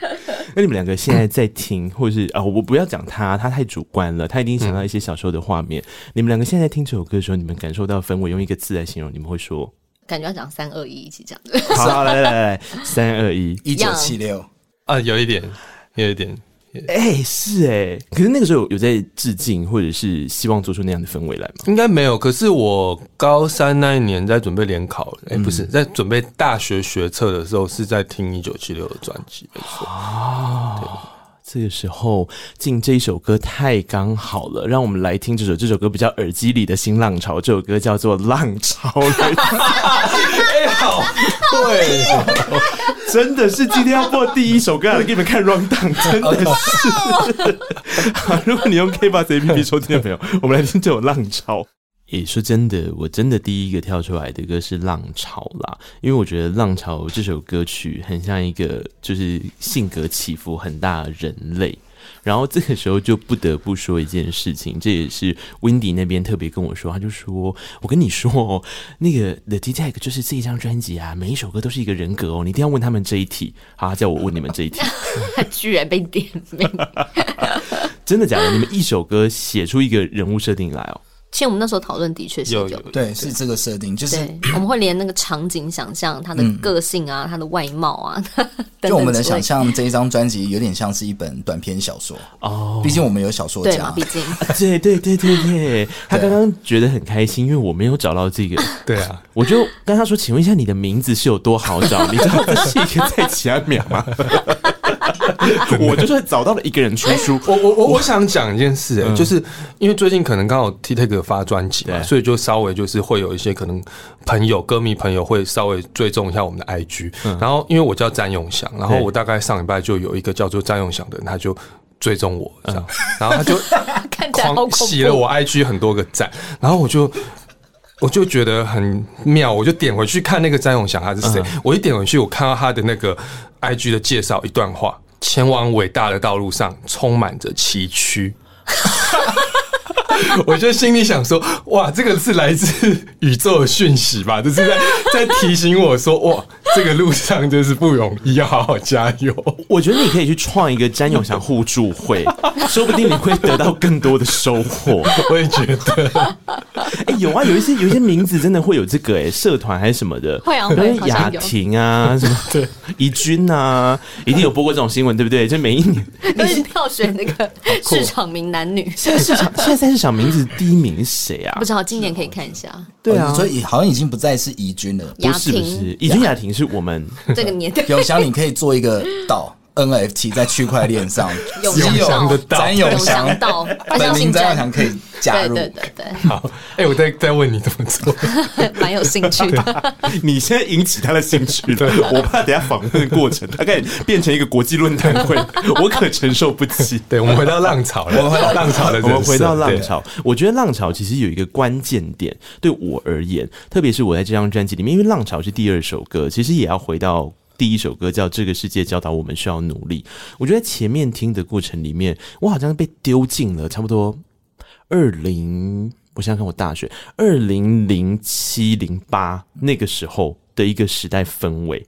S1: 那你们两个现在在 听，或者是啊、我不要讲他，他太主观了，他一定想到一些小时候的画面。你们两个现在在听这首歌的时候，你们感受到氛围，用一个字来形容，你们会说？
S4: 感觉要讲三二一一起讲的。
S1: 好，好来来来，三二一，
S3: 一九七六，
S2: 啊，有一点，有一点，
S1: 哎、是哎、可是那个时候有有在致敬，或者是希望做出那样的氛围来吗？
S2: 应该没有。可是我高三那一年在准备联考，哎、不是在准备大学学测的时候，是在听一九七六的专辑，没错。
S1: 这个时候进这一首歌太刚好了，让我们来听这首这首歌比较耳机里的新浪潮，这首歌叫做《浪潮》来自
S2: 哎、好，对，
S1: 真的是今天要播的第一首歌啊！给你们看 round down，真的是。好， 如果你用 K 八 APP 收听的朋友，我们来听这首《浪潮》。也说真的，我真的第一个跳出来的歌是《浪潮》啦，因为我觉得《浪潮》这首歌曲很像一个就是性格起伏很大的人类。然后这个时候就不得不说一件事情，这也是 Wendy 那边特别跟我说，他就说：“我跟你说哦，那个 The T Tag 就是这一张专辑啊，每一首歌都是一个人格哦，你一定要问他们这一题。”好，他叫我问你们这一题，
S4: 他居然被点名。
S1: 真的假的？你们一首歌写出一个人物设定来哦，
S4: 其实我们那时候讨论的确是
S2: 有
S4: 有
S2: 有。
S3: 对，是这个设定，就是
S4: 对，我们会连那个场景想象，他的个性啊，他的外貌啊，等等
S3: 就我们的
S4: 之类
S3: 想，象，这一张专辑有点像是一本短篇小说哦。毕竟我们有小说
S4: 对嘛
S3: 家？
S4: 毕，竟
S1: 对对对对对，他刚刚觉得很开心，因为我没有找到这个。
S2: 对啊，
S1: 我就跟他说：“请问一下，你的名字是有多好找？你知道这是一个在奇安秒吗？”我就是找到了一个人出书，
S2: 我我我我想讲一件事、哎、就是因为最近可能刚好 T T a 发专辑嘛，
S1: 对
S2: 所以就稍微就是会有一些可能朋友、歌迷朋友会稍微追踪一下我们的 I G、然后因为我叫詹永祥，然后
S1: 对
S2: 我大概上礼拜就有一个叫做詹永祥的人，他就。追踪我，这样，然后他就
S4: 看起来好恐
S2: 狂
S4: 怖
S2: 洗了我 IG 很多个赞，然后我就。我就觉得很妙，我就点回去看那个詹永祥他是谁。
S4: 嗯
S2: 我一点回去，我看到他的那个 IG 的介绍一段话：前往伟大的道路上，充满着崎岖。 我就心里想说，哇，这个是来自宇宙的讯息吧？就是在在提醒我说，哇，这个路上真是不容易，要好好加油。
S1: 我觉得你可以去创一个詹永祥互助会，说不定你会得到更多的收获。
S2: 我也觉得，
S1: 哎、有啊，有一些有一些名字真的会有这个哎、社团还是什么的，
S4: 会啊
S1: 比如
S4: 会
S1: 说
S4: 好像
S1: 雅
S4: 有
S1: 婷啊，什么对，怡君啊，一定有播过这种新闻，对不对？就每一年，
S4: 都是票选那个市场名男女，
S1: 现在市场现在菜市场名字第一名是谁啊
S4: 不？知道今年可以看一下
S1: 对啊
S3: 哦，所以好像已经不再是宜 君了。
S4: 雅
S1: 不是不
S4: 婷
S1: 是，怡君雅婷是我们
S4: 这个年代。
S3: 永祥，你可以做一个道 NFT 在区块 链上，
S4: 永
S3: 只有
S4: 祥道
S3: 詹永祥
S4: 祥道，他
S3: 本
S4: 叫
S3: 名
S4: 姓
S3: 詹
S4: 詹
S3: 永祥，可以加
S4: 对
S3: 入。
S4: 对对对
S2: 好，哎、我再再问你怎么做。
S4: 对，蛮有兴趣的。
S1: 你现在引起他的兴趣了，我怕等一下访问的过程，他开始变成一个国际论坛会，我可承受不起。
S2: 对，我们回到浪潮了，我们回到浪潮的人
S1: 我
S2: 生，
S1: 们回到浪
S2: 对。
S1: 潮，我觉得浪潮其实有一个关键点，对我而言，特别是我在这张专辑里面，因为浪潮是第二首歌，其实也要回到。第一首歌叫《这个世界教导我们需要努力》，我觉得前面听的过程里面，我好像被丢进了差不多二零，我想想看，我大学二零零七零八那个时候的一个时代氛围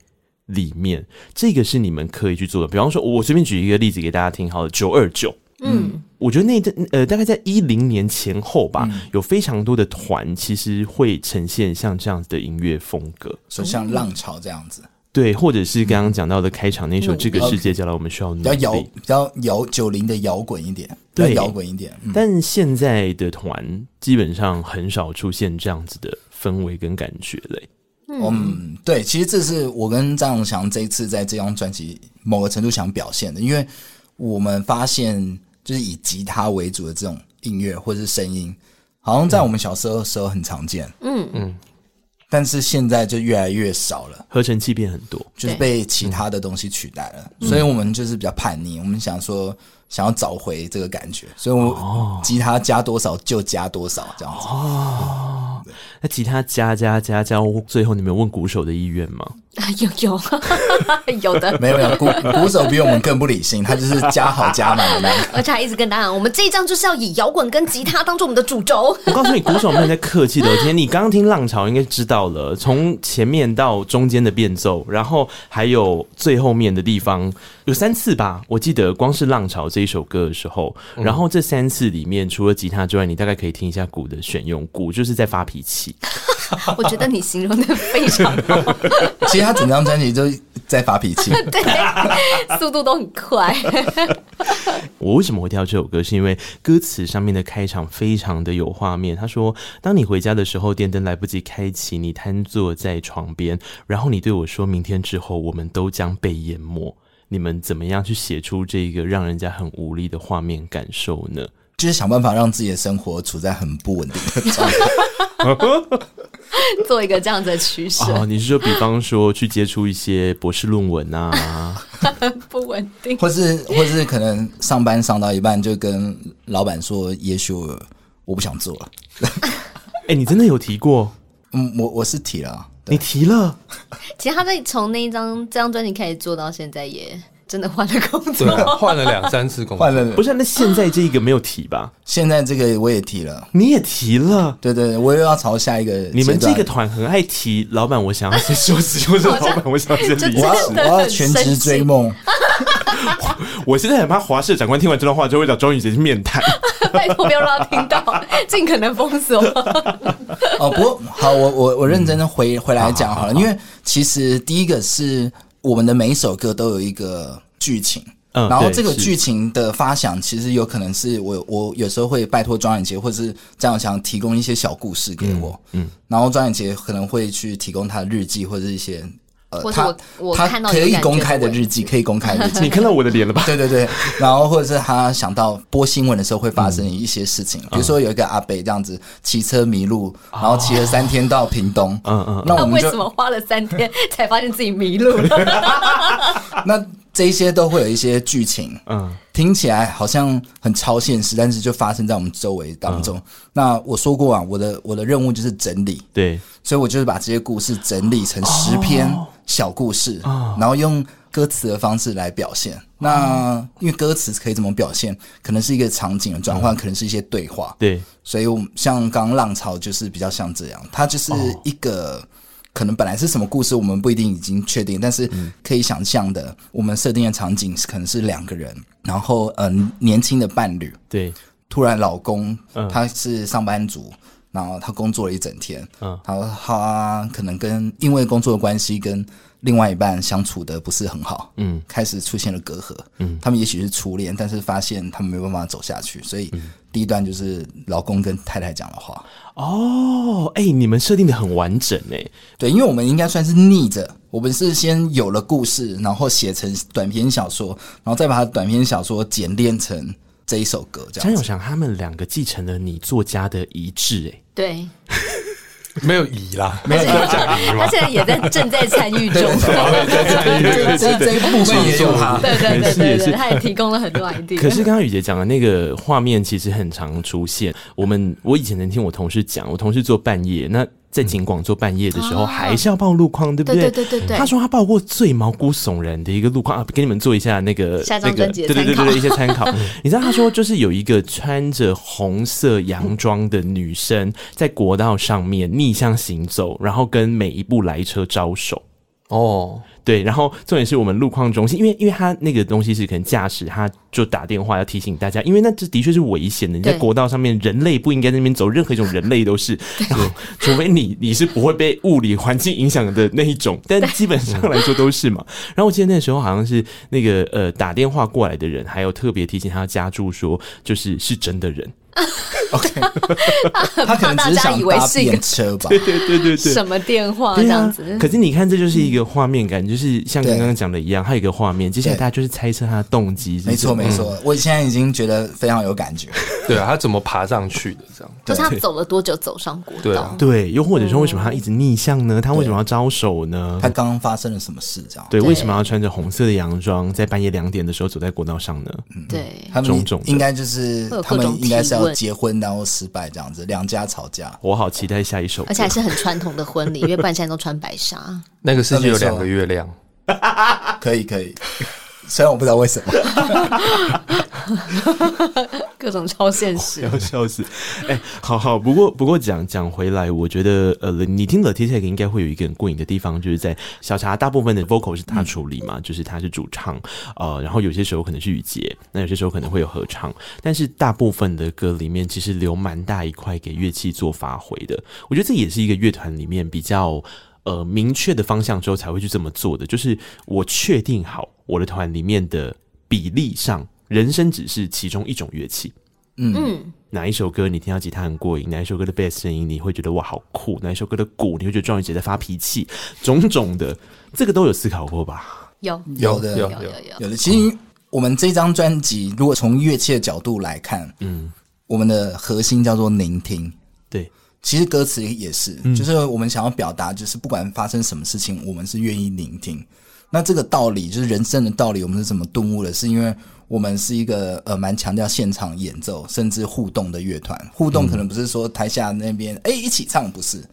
S1: 里面，这个是你们可以去做的。比方说，我随便举一个例子给大家听，好了，九二九，
S4: 嗯，
S1: 我觉得那一阵呃，大概在一零年前后吧，
S3: 嗯
S1: 有非常多的团其实会呈现像这样子的音乐风格，
S3: 所以像浪潮这样子，
S1: 对，或者是刚刚讲到的开场那首《这个世界教导我们需要努
S3: 比
S1: 力
S3: 较》摇，比较摇九零的摇滚一点，比较
S1: 嗯对
S3: 摇滚一点。嗯
S1: 但现在的团基本上很少出现这样子的氛围跟感觉嘞、
S3: 嗯，对，其实这是我跟张永祥这一次在这张专辑某个程度想表现的，因为我们发现就是以吉他为主的这种音乐或者是声音，好像在我们小时候的时候很常见，嗯嗯嗯，但是现在就越来越少了。
S1: 合成器变很多，
S3: 就是被其他的东西取代了，所以我们就是比较叛逆，我们想说想要找回这个感觉，所以我吉他加多少就加多少这样子。
S1: 那吉他加加加加，最后你们有问鼓手的意愿吗？
S4: 有有 有的，
S3: 没有没有，鼓鼓手比我们更不理性，他就是加好加满的那个。
S4: 而且还一直跟大家讲，我们这一张就是要以摇滚跟吉他当做我们的主轴。
S1: 我告诉你，鼓手没有在客气的。今天你刚刚听浪潮应该知道了，从前面到中间的变奏，然后还有最后面的地方，有三次吧。我记得光是浪潮这一首歌的时候，然后这三次里面，除了吉他之外，你大概可以听一下鼓的选用，鼓就是在发脾气。
S4: 我觉得你形容的非常好，
S3: 其实他整张专辑就在发脾气，
S4: 对，速度都很快。
S1: 我为什么会挑这首歌，是因为歌词上面的开场非常的有画面。他说：“当你回家的时候，电灯来不及开启，你瘫坐在床边，然后你对我说，明天之后我们都将被淹没。”你们怎么样去写出这个让人家很无力的画面感受呢？
S3: 就是想办法让自己的生活处在很不稳定的状态。
S4: 做一个这样子的取舍，
S1: 哦哦，你是说，比方说去接触一些博士论文啊，
S4: 不稳定。
S3: 或是或是可能上班上到一半就跟老板说，也许我我不想做了。
S1: 哎、你真的有提过？
S3: 嗯，我我是提了啊，
S1: 你提了？
S4: 其实他在从那一张这张专辑开始做到现在，也真的换了工
S2: 对，啊
S4: 作。
S2: 换了两三次工作
S3: 换，了
S1: 不是，那现在这个没有提吧？
S3: 现在这个我也提了。
S1: 你也提了。
S3: 对对，对我又要朝下一个阶段。
S1: 你们这个团很爱提，老板，我想要先 休息，或者老板，我想要先离
S4: 真
S1: 职
S3: 我。要
S4: 的
S3: 我要
S4: 很
S3: 全
S4: 生
S3: 职
S4: 气
S3: 追梦，
S1: 我现在很怕华社长官听完这段话之后会找庄宇 杰去面谈。
S4: 拜托不要让他听 到，尽可能封锁。
S3: 哦，不过好，我我我认真的回、回来讲好了，因为其实第一个是我们的每一首歌都有一个剧情。
S1: 嗯
S3: 然后
S1: 对
S3: 这个
S1: 是
S3: 剧情的发想，其实有可能是我我有时候会拜托庄远杰或是张永祥提供一些小故事给我，嗯，然后庄远杰可能会去提供他的日记或者一些呃
S4: 或，是
S3: 他
S4: 我我
S3: 他
S4: 看到
S3: 可
S4: 有
S3: 以
S4: 感觉
S3: 公
S4: 的
S3: 开的
S4: 问
S3: 日记，可以公开的日 记，
S1: 你看到我的脸了吧？
S3: 对对对，然后或者是他想到播新闻的时候会发生一些事情，比如说有一个阿北这样子骑车迷路，然后骑了三天到屏东，
S1: 嗯嗯
S3: 那
S4: 他
S3: 我们
S4: 为什
S3: 就
S4: 么花了三天才发现自己迷路了？
S3: 那这一些都会有一些剧情，
S1: 嗯，
S3: 听起来好像很超现实，但是就发生在我们周围当中。那我说过啊，我的我的任务就是整理，
S1: 对，
S3: 所以我就是把这些故事整理成十篇小故事，然后用歌词的方式来表现。那因为歌词可以怎么表现？可能是一个场景的转换，可能是一些对话。
S1: 对，
S3: 所以我们像刚刚浪潮就是比较像这样，它就是一个、可能本来是什么故事，我们不一定已经确定，但是可以想象的，我们设定的场景是可能是两个人，然后嗯、年轻的伴侣，
S1: 对，
S3: 突然老公
S1: 嗯
S3: 他是上班族。然后他工作了一整天，
S1: 嗯
S3: 然后他可能跟因为工作的关系跟另外一半相处的不是很好，
S1: 嗯，
S3: 开始出现了隔阂，嗯，他们也许是初恋，但是发现他们没有办法走下去，所以
S1: 嗯
S3: 第一段就是老公跟太太讲的话，
S1: 哦，哎、你们设定的很完整哎、
S3: 对，因为我们应该算是逆着，我们是先有了故事，然后写成短篇小说，然后再把它短篇小说简练成这一首歌，这
S1: 张
S3: 样
S1: 永
S3: 子。
S1: 祥他们两个继承了你作家的遗志哎、
S4: 对，
S2: 没有疑啦，
S4: 没有他现在也在正在参与中，
S3: 这这这一部分也有它，
S4: 对对对
S1: 是也
S4: 对
S1: 是
S4: 对，他也提供了 很多 idea。
S1: 可是刚刚雨杰讲的那个画面其实很常出现。我们我以前能听我同事讲，我同事做半夜，那在景广做半夜的时候、
S4: 哦
S1: 还是要报路况，对不
S4: 对
S1: 对
S4: 对对对对
S1: 他说他报过最毛骨悚然的一个路况啊，给你们做一下那个
S4: 下张
S1: 那个
S4: 专辑
S1: 对
S4: 的
S1: 对对
S4: 参考
S1: 对对一些参 考。你知道他说就是有一个穿着红色洋装的女生在国道上面逆向行走，然后跟每一部来车招手。
S2: 哦，
S1: 对，然后重点是我们路况中心，因为因为他那个东西是可能驾驶，他就打电话要提醒大家，因为那这的确是危险的。你在
S4: 对
S1: 国道上面，人类不应该在那边走，任何一种人类 都是，然后除非你你是不会被物理环境影响的那一种，但基本上来说都是嘛。然后我记得那时候好像是那个呃打电话过来的人，还有特别提醒他家住说，就是是真的人，
S3: 他可能只是想搭便车吧。
S1: 对对对对。
S4: 什么电话这
S1: 对
S4: 样
S1: 啊
S4: 子？，嗯
S1: 可是你看，这就是一个画面感，就是像刚刚讲的一样，它有一个画面，接下来
S3: 对
S1: 大家就是猜测他的动机是什么。
S3: 没错没错，我现在已经觉得非常有感觉。
S2: 对啊，他怎么爬上去的？这样
S4: 就是他走了多久走上国
S2: 对
S4: 道
S2: 啊？
S1: 对，又或者说为什么他一直逆向呢？他为什么要招手呢
S3: 他？刚刚发生了什么事？这样，
S1: 对，
S4: 对
S1: 为什么要穿着红色的洋装，在半夜两点的时候走在国道上呢？
S4: 嗯对，
S3: 他
S1: 种
S3: 们
S1: 种的
S3: 应该就是
S4: 会有
S3: 他
S4: 各种
S3: 们应该是
S4: 提
S3: 要
S4: 问
S3: 结婚然后失败这样子，两家吵架。
S1: 我好期待哦下一首歌
S4: 而且还是很传统的婚礼，因为不然现在都穿白 纱。
S2: 那个世界有两个月亮，
S3: 可以可以，虽然我不知道为什么。
S4: 各种超现实。
S1: 要 笑死！哎、好好，不过不过讲讲回来，我觉得呃，你听了 T T 应该会有一个很过瘾的地方，就是在小茶大部分的 vocal 是他处理嘛，就是他是主唱，呃，然后有些时候可能是雨杰，那有些时候可能会有合唱，但是大部分的歌里面其实留蛮大一块给乐器做发挥的，我觉得这也是一个乐团里面比较。呃，明确的方向之后才会去这么做的，就是我确定好我的团里面的比例上，人声只是其中一种乐器，
S4: 嗯，
S1: 哪一首歌你听到吉他很过瘾，哪一首歌的 bass 声音你会觉得哇好酷，哪一首歌的鼓你会觉得庄宇姐在发脾气，种种的，这个都有思考过吧？
S4: 有
S3: 有的
S2: 有
S4: 有有
S2: 有，
S4: 有，
S3: 有的，其实我们这张专辑，如果从乐器的角度来看，嗯，我们的核心叫做聆听。
S1: 对，
S3: 其实歌词也是，就是我们想要表达，就是不管发生什么事情，我们是愿意聆听。那这个道理，就是人生的道理，我们是怎么顿悟的？是因为我们是一个呃蛮强调现场演奏，甚至互动的乐团。互动可能不是说台下那边哎、一起唱，不是，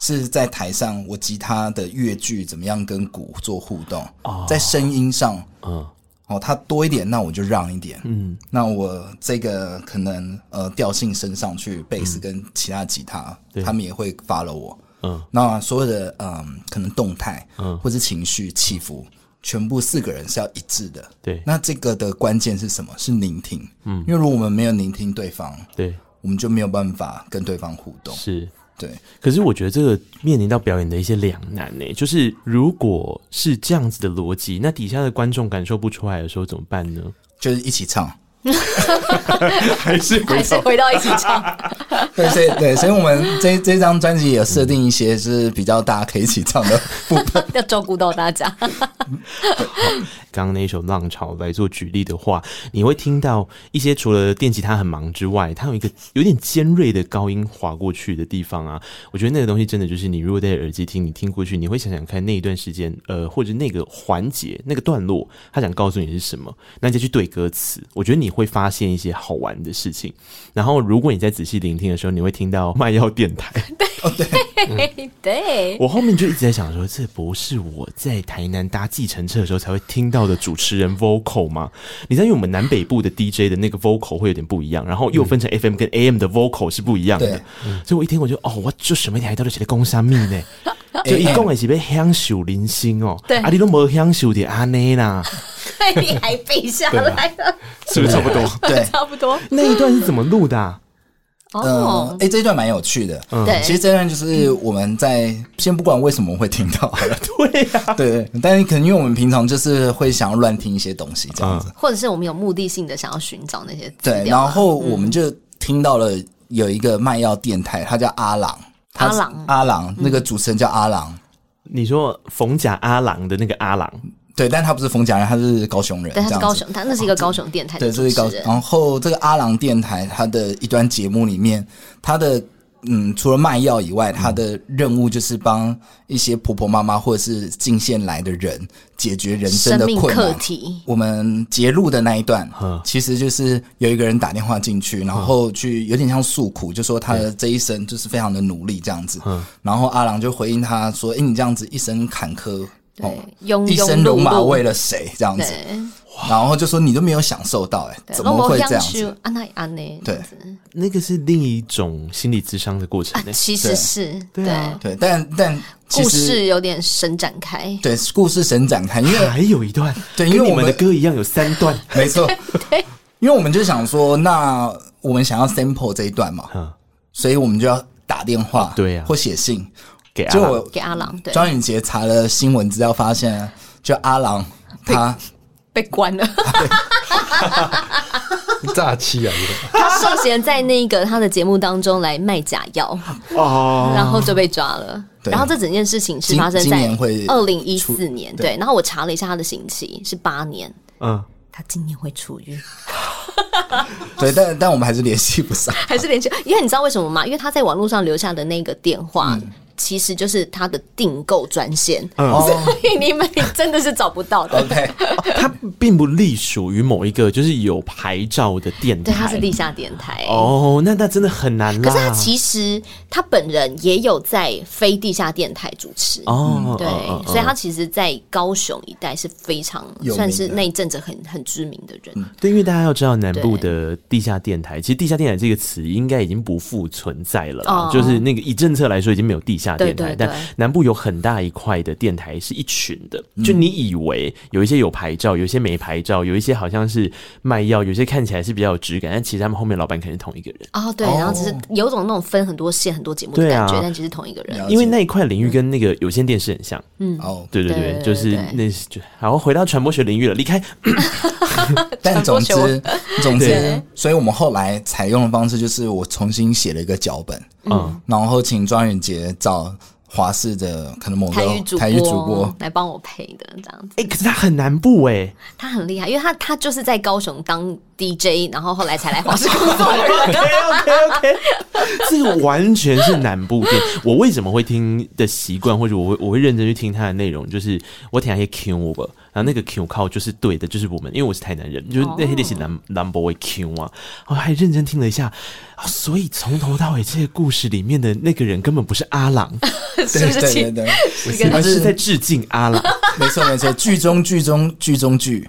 S3: 是在台上我吉他的乐句怎么样跟鼓做互动，在声音上
S1: 嗯，
S3: 哦，他多一点，那我就让一点。嗯，那我这个可能呃调性升上去，贝斯跟其他吉他，他们也会 follow 我。
S1: 嗯，
S3: 那所有的嗯可能动态，嗯，或是情绪起伏，全部四个人是要一致的。
S1: 对
S3: 那这个的关键是什么？是聆听。嗯，因为如果我们没有聆听对方，
S1: 对，
S3: 我们就没有办法跟对方互动。
S1: 是。
S3: 对，
S1: 可是我觉得这个面临到表演的一些两难呢、就是如果是这样子的逻辑，那底下的观众感受不出来的时候怎么办呢？
S3: 就是一起唱。
S1: 还是
S4: 还是回到一起唱。
S3: 对，所以对，所以我们这这张专辑也有设定一些，就是比较大家可以一起唱的
S4: 要照顾到大家，
S1: 刚刚那一首《浪潮》来做举例的话，你会听到一些除了电吉他很忙之外，它有一个有点尖锐的高音划过去的地方啊。我觉得那个东西真的就是，你如果戴耳机听，你听过去，你会想想看那一段时间，呃，或者那个环节、那个段落，他想告诉你是什么，那你再去对歌词，我觉得你会发现一些好玩的事情。然后，如果你在仔细聆听的时候，你会听到卖药电台。
S4: 对，
S1: 我后面就一直在想说，这不是我在台南搭计程车的时候才会听到的主持人 vocal 吗？你知道，因为我们南北部的 DJ 的那个 vocal 会有点不一样，然后又分
S4: 嗯
S1: 成 FM 跟 AM 的 vocal 是不一样的
S3: 对，
S1: 所以我一听我就哦，我就什么台到底写的工商命呢？就一共也是被享受人生哦，
S4: 嗯对
S1: 啊，你都没享受的安内啦，
S4: 你还背下来了，
S1: 是不是差不多？
S3: 啊对，
S4: 差不多
S1: 那一段是怎么录的、啊？
S3: 嗯
S4: 哦，。嗯
S3: 哎，这一段蛮有趣的。
S4: 对，
S3: 嗯其实这段就是我们在先不管为什么会听到，
S1: 对呀、啊，
S3: 对，但是可能因为我们平常就是会想要乱听一些东西这样子，
S4: 或者是我们有目的性的想要寻找那些资
S3: 对，
S4: 料
S3: 然
S4: 啊，
S3: 后我们就听到了有一个卖药电台，他叫阿郎，他是
S4: 阿嗯郎
S3: 阿郎，那个主持人叫阿郎，
S1: 你说冯甲阿郎的那个阿郎，
S3: 对，但他不是冯家人，他是高雄人，
S4: 对，他
S3: 这
S4: 是
S3: 样
S4: 高
S3: 子
S4: 雄，他那是一个高雄电台
S3: 对，
S4: 的
S3: 这
S4: 主
S3: 是
S4: 持
S3: 高。
S4: 人，
S3: 然后这个阿郎电台，它的一段节目里面，它的嗯，除了卖药以外，它的任务就是帮一些婆婆妈妈或者是进县来的人解决人生
S4: 生
S3: 的
S4: 命
S3: 困
S4: 课
S3: 难。
S4: 题。
S3: 我们截录的那一段
S1: 嗯，
S3: 其实就是有一个人打电话进去，然后去有点像诉苦，就说他的这一生就是非常的努力这样子。
S1: 嗯
S3: 然后阿郎就回应他说：“哎、你这样子一生坎坷，哦
S4: 对，庸
S3: 一
S4: 庸
S3: 生
S4: 碌
S3: 戎马，为
S4: 碌，
S3: 了谁这样子？”
S4: 对，
S3: 然后就说你都没有享受到、哎，
S4: 对
S3: 怎么会这样？
S4: 如果
S3: 子？
S4: 要去啊，那啊那
S3: 对
S4: 这样子
S1: 那个是另一种心理咨商的过程
S4: 啊
S1: 呢、，
S4: 其实
S3: 对
S4: 是
S1: 对啊
S3: 对，但但其
S4: 故
S3: 实
S4: 事有点伸展开，
S3: 对故事神展开，因 为
S1: 还有一段，
S3: 对因
S1: 跟
S3: 为
S1: 你
S3: 我
S1: 们
S3: 们
S1: 的歌一样有三段。
S3: 没错，因为我们就想说，那我们想要 sample 这一段嘛，
S1: 嗯
S3: 所以我们就要打电话，
S1: 对啊
S3: 或写信。
S1: 给阿
S3: 就
S1: 郎
S3: 我
S4: 给阿郎对
S3: 庄允杰查了新闻资料，发现就阿郎他
S4: 被关了。
S2: 诈欺啊！
S4: 他涉嫌在那个他的节目当中来卖假药，
S1: 哦，
S4: 然后就被抓了。
S3: 对
S4: 然后这整件事情是
S3: 今
S4: 发生
S3: 今
S4: 在
S3: 年会
S4: 二零一四年，
S3: 出
S4: 对。然后我查了一下他的刑期是八年，
S1: 嗯，
S4: 他今年会出狱，
S3: 对，但但我们还是联系不上，
S4: 还是连续？因为你知道为什么吗？因为他在网络上留下的那个电话，其实就是他的订购专线，
S1: 嗯
S3: 哦
S4: 你们真的是找不到的。
S3: ，OK，
S1: 它并不隶属于某一个就是有牌照的电台，
S4: 对，他是地下电台。
S1: 哦，那那真的很难
S4: 可
S1: 啦。
S4: 是他其实他本人也有在非地下电台主持，
S1: 哦，
S4: 对，
S1: 嗯嗯
S4: 所以他其实，在高雄一带是非常
S3: 有名的
S4: 算是那一阵子很很知名的人，
S1: 对，因为大家要知道南部的地下电台，其实地下电台这个词应该已经不复存在了啦，
S4: 哦
S1: 就是那个以政策来说已经没有地下电台，
S4: 对对对
S1: 但南部有很大一块的电台是一群的，
S4: 嗯
S1: 就你以为有一些有牌照，有一些没牌照，有一些好像是卖药，有一些看起来是比较有质感，但其实他们后面老板可能是同一个人。
S4: 哦，对，然后只是有种那种分很多线、很多节目的
S1: 对啊
S4: 感觉，但其实同一个人
S3: 了。解
S1: 因为那一块领域跟那个有线电视很像，
S3: 哦，
S1: 对对
S4: 嗯对
S1: 对，
S4: 对
S1: 就是
S4: 对嗯
S1: 那就好回到传播学领域了，离开
S3: 但总
S4: 传播
S3: 之，总之
S1: 对，
S3: 所以我们后来采用的方式就是我重新写了一个脚本，
S1: 嗯，
S3: 然后请庄允杰找华视的可能某个
S4: 台语主播
S3: 台语主播，
S4: 来帮我配的这样子，
S1: 哎、可是它很南部哎、
S4: 他很厉害，因为他他就是在高雄当 DJ，然后后来才来华视工作 的人
S1: OK OK，这个完全是南部电。我为什么会听的习惯，或者我会我会认真去听它的内容，就是我听那些 Q 吧，然后那个 Q 靠就是对的，就是我们，因为我是台南人，
S4: 哦
S1: 就是那些那些南南博的 Q 啊，我还认真听了一下，啊、所以从头到尾这个故事里面的那个人根本不是 阿郎，
S4: 是不是
S3: 对
S4: 其
S3: 对对，
S4: 跟
S1: 而
S3: 但
S1: 是在
S3: 是
S1: 致敬阿 郎。
S3: 没错没错，剧中剧中剧中剧，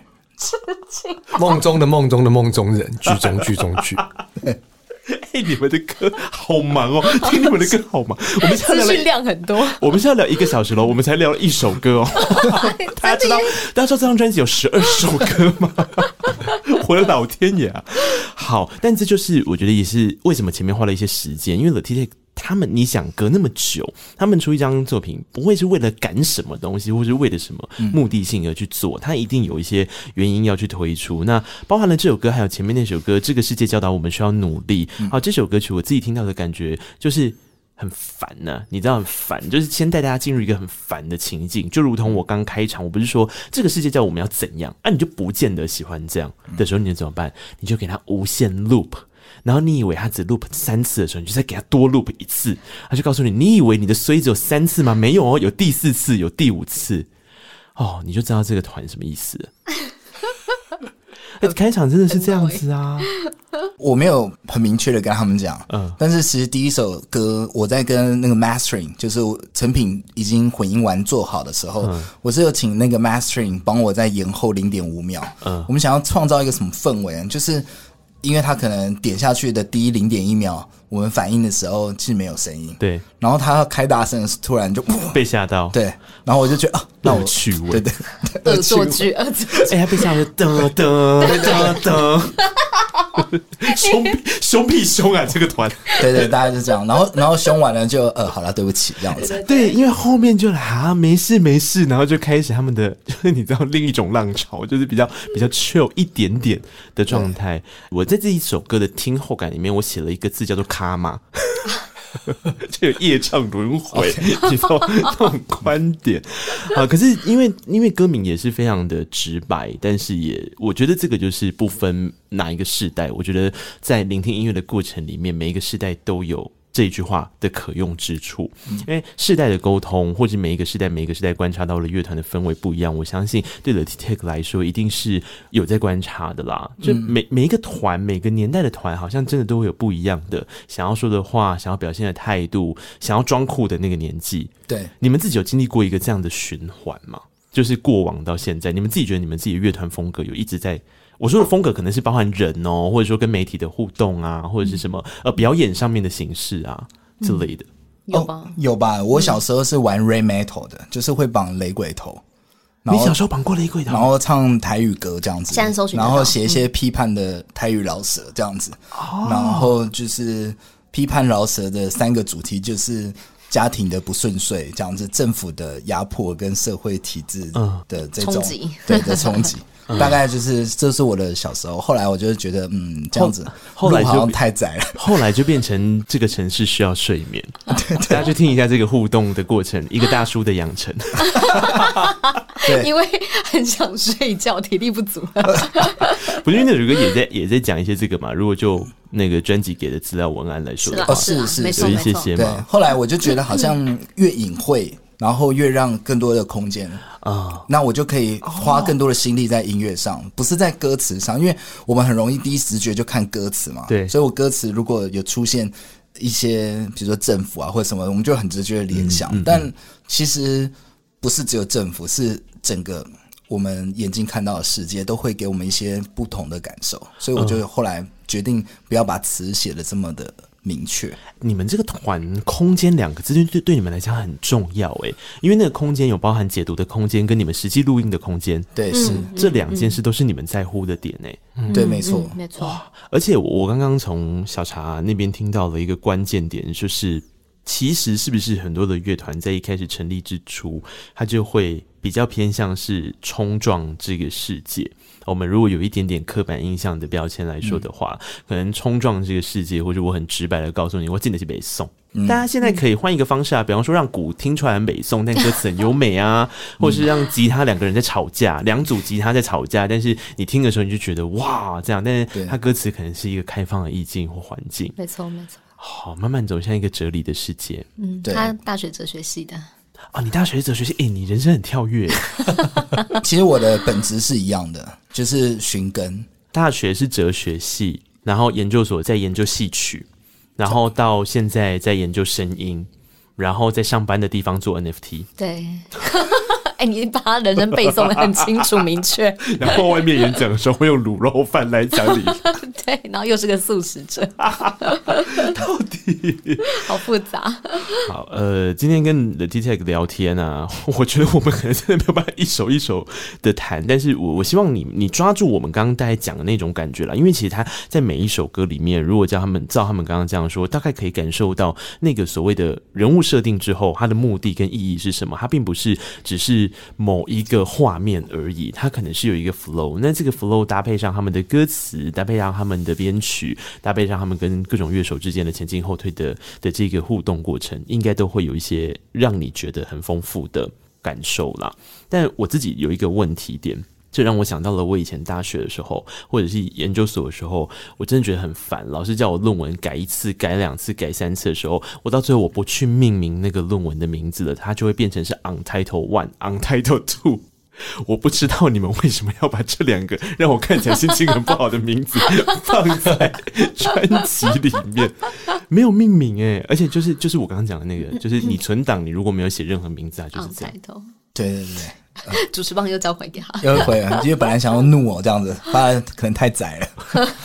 S2: 梦中的梦中的梦中人，剧中剧中剧，
S1: 哎、你们的歌好忙哦，听你们的歌好忙。我们现
S4: 资
S1: 在聊了
S4: 讯量很多，
S1: 我们现在聊一个小时了，我们才聊了一首歌哦。大家知道，大家知道这张专辑有十二首歌吗？ 我的老天爷啊！好，但这就是我觉得也是为什么前面花了一些时间，因为 l a t i 他们，你想隔那么久，他们出一张作品，不会是为了赶什么东西，或是为了什么目的性而去做，他一定有一些原因要去推出。那包含了这首歌，还有前面那首歌《这个世界教导我们需要努力》好，这首歌曲我自己听到的感觉就是。很烦呢、你知道很烦，就是先带大家进入一个很烦的情境，就如同我刚开场，我不是说这个世界叫我们要怎样，啊，你就不见得喜欢这样的时候，你能怎么办？你就给他无限 loop。然后你以为他只 loop 三次的时候，你就再给他多 loop 一次，啊他就告诉你，你以为你的衰只有三次吗？没有哦，有第四次，有第五次，哦，你就知道这个团什么意思了。哎开场真的是这样子啊，
S3: 我没有很明确的跟他们讲，
S1: 嗯
S3: 嗯，但是其实第一首歌我在跟那个 mastering，就是成品已经混音完做好的时候，我是有请那个 mastering 帮我再延后零点五秒，
S1: 嗯
S3: 嗯，我们想要创造一个什么氛围，就是因为他可能点下去的第一零点一秒，我们反应的时候是没有声音，，
S1: 对，
S3: 然后他开大声的时候，突然 就，
S1: 被吓到，
S3: 对，然后我就觉得啊，那
S1: 恶
S3: 我
S1: 趣味
S3: 对对，
S4: 恶作剧，恶作剧。
S1: 哎、他被吓得噔噔噔噔， 凶屁凶屁凶啊！这个团，
S3: 对对，大概就这样，然后然后凶完了就呃，好了，对不起，这样子。
S1: 对，因为后面就啊没事没事，然后就开始他们的 就是你知道另一种浪潮，就是比较比较 chill 一点点的状态。我在这一首歌的听后感里面，我写了一个字叫做卡玛。 这有业障轮回，你知道那种观点啊？可是因为因为歌名也是非常的直白，但是也我觉得这个就是不分哪一个世代，我觉得在聆听音乐的过程里面，每一个世代都有。这句话的可用之处，因为世代的沟通，或者每一个世代每一个世代观察到了乐团的氛围不一样，我相信对了 T Tech 来说，一定是有在观察的啦。就每每一个团，每个年代的团，好像真的都会有不一样的想要说的话，想要表现的态度，想要装酷的那个年纪。
S3: 对，
S1: 你们自己有经历过一个这样的循环吗？就是过往到现在，你们自己觉得你们自己的乐团风格有一直在。我说的风格可能是包含人哦，或者说跟媒体的互动啊，或者是什么呃表演上面的形式啊之类的。
S4: 有吧？
S3: 哦
S4: 嗯
S3: 有吧？我小时候是玩 Ray Metal 的，就是会绑雷鬼头，然
S1: 你
S3: 后
S1: 小时候绑过雷鬼
S3: 然
S1: 头，
S3: 后唱台语歌这样子，
S4: 现在搜寻得
S3: 然
S4: 到
S3: 后写一些批判的台语饶舌这样子，
S4: 嗯
S3: 然后就是批判饶舌的三个主题就是。家庭的不顺遂，这样子，政府的压迫跟社会体制
S1: 嗯
S3: 的这种、
S4: 冲击
S3: 对的冲 击，大概就是这是我的小时候。后来我就觉得，嗯，这样子，
S1: 后来
S3: 路
S1: 就
S3: 好像太 窄了。
S1: 后来就变成这个城市需要睡眠。 大家去听一下这个互动的过程，一个大叔的养成。
S3: 对哦
S4: 因为很想睡觉，体力不 足了。
S1: 不是因为那首歌也在也在讲一些这个嘛？如果就那个专辑给的资料文案来说的
S4: 啦
S1: 话，
S3: 哦是
S4: 啦
S3: 是
S4: 没
S3: 是
S4: 错
S1: 有一
S4: 没
S1: 些
S4: 错。
S1: 些
S3: 对
S1: 嘛，
S3: 后来我就觉得好像越隐晦，然后越让更多的空间，
S1: 啊，
S3: 那我就可以花更多的心力在音乐上，不是在歌词上，因为我们很容易第一直觉就看歌词嘛。
S1: 对
S3: 所以我歌词如果有出现一些，比如说政府啊或者什么，我们就很直觉的联想，但其实不是只有政府，是整个。我们眼睛看到的世界都会给我们一些不同的感受，所以我就后来决定不要把词写的这么的明确。
S1: 你们这个团“空间”两个字对对对你们来讲很重要诶，因为那个空间有包含解读的空间跟你们实际录音的空间，
S3: 对，是，
S1: 这两件事都是你们在乎的点欸诶。
S3: 对，没错
S4: 嗯，没错，
S1: 而且我我刚刚从小茶那边听到了一个关键点，就是其实是不是很多的乐团在一开始成立之初，它就会比较偏向是冲撞这个世界。我们如果有一点点刻板印象的标签来说的话，可能冲撞这个世界，或者我很直白的告诉你，我进的是北宋。大家现在可以换一个方式啊，比方说让鼓听出来很北宋，但歌词很优美啊，或是让吉他两个人在吵架，两组吉他在吵架，但是你听的时候你就觉得哇这样，但是
S3: 对
S1: 它歌词可能是一个开放的意境或环境，
S4: 没错，没错。
S1: 好，慢慢走向一个哲理的世界
S4: 嗯，
S3: 对
S4: 他大学哲学系的，
S1: 啊！你大学哲学系，诶、你人生很跳跃，
S3: 其实我的本质是一样的，就是寻根。
S1: 大学是哲学系，然后研究所在研究戏曲，然后到现在在研究声音，然后在上班的地方做 NFT。
S4: 对。 哎，你把他人生背诵的很清楚明确，
S1: 然后外面演讲的时候会用卤肉饭来讲你
S4: 对，然后又是个素食 者，到底好复杂。
S1: 好，呃，今天跟 The T Tech 聊天啊， 我觉得我们可能真的没有办法一首一首的谈，但是我我希望你你抓住我们刚刚大家讲的那种感觉啦，因为其实他在每一首歌里面，如果叫他们照他们刚刚这样说，大概可以感受到那个所谓的人物设定之后，它的目的跟意义是什么，它并不是只是某一个画面而已，它可能是有一个 flow。那这个 flow 搭配上他们的歌词，搭配上他们的编曲，搭配上他们跟各种乐手之间的前进后退的的这个互动过程，应该都会有一些让你觉得很丰富的感受啦。但我自己有一个问题点。这让我想到了我以前大学的时候，或者是研究所的时候，我真的觉得很烦。老师叫我论文改一次、改两次、改三次的时候，我到最后我不去命名那个论文的名字了，它就会变成是 untitled one、untitled two。我 不知道你们为什么要把这两个让我看起来心情很不好的名字 放在专辑里面，没有命名诶、而且就是就是我刚刚讲的那个，就是你存档你如果没有写任何名字啊，就是
S4: 昂
S1: 这
S4: 抬
S1: 样。
S4: 头，
S3: 对对对对。
S4: 主持棒又交还给他。
S3: 有一回，因为本来想要怒哦我这样子，发现可能太窄了。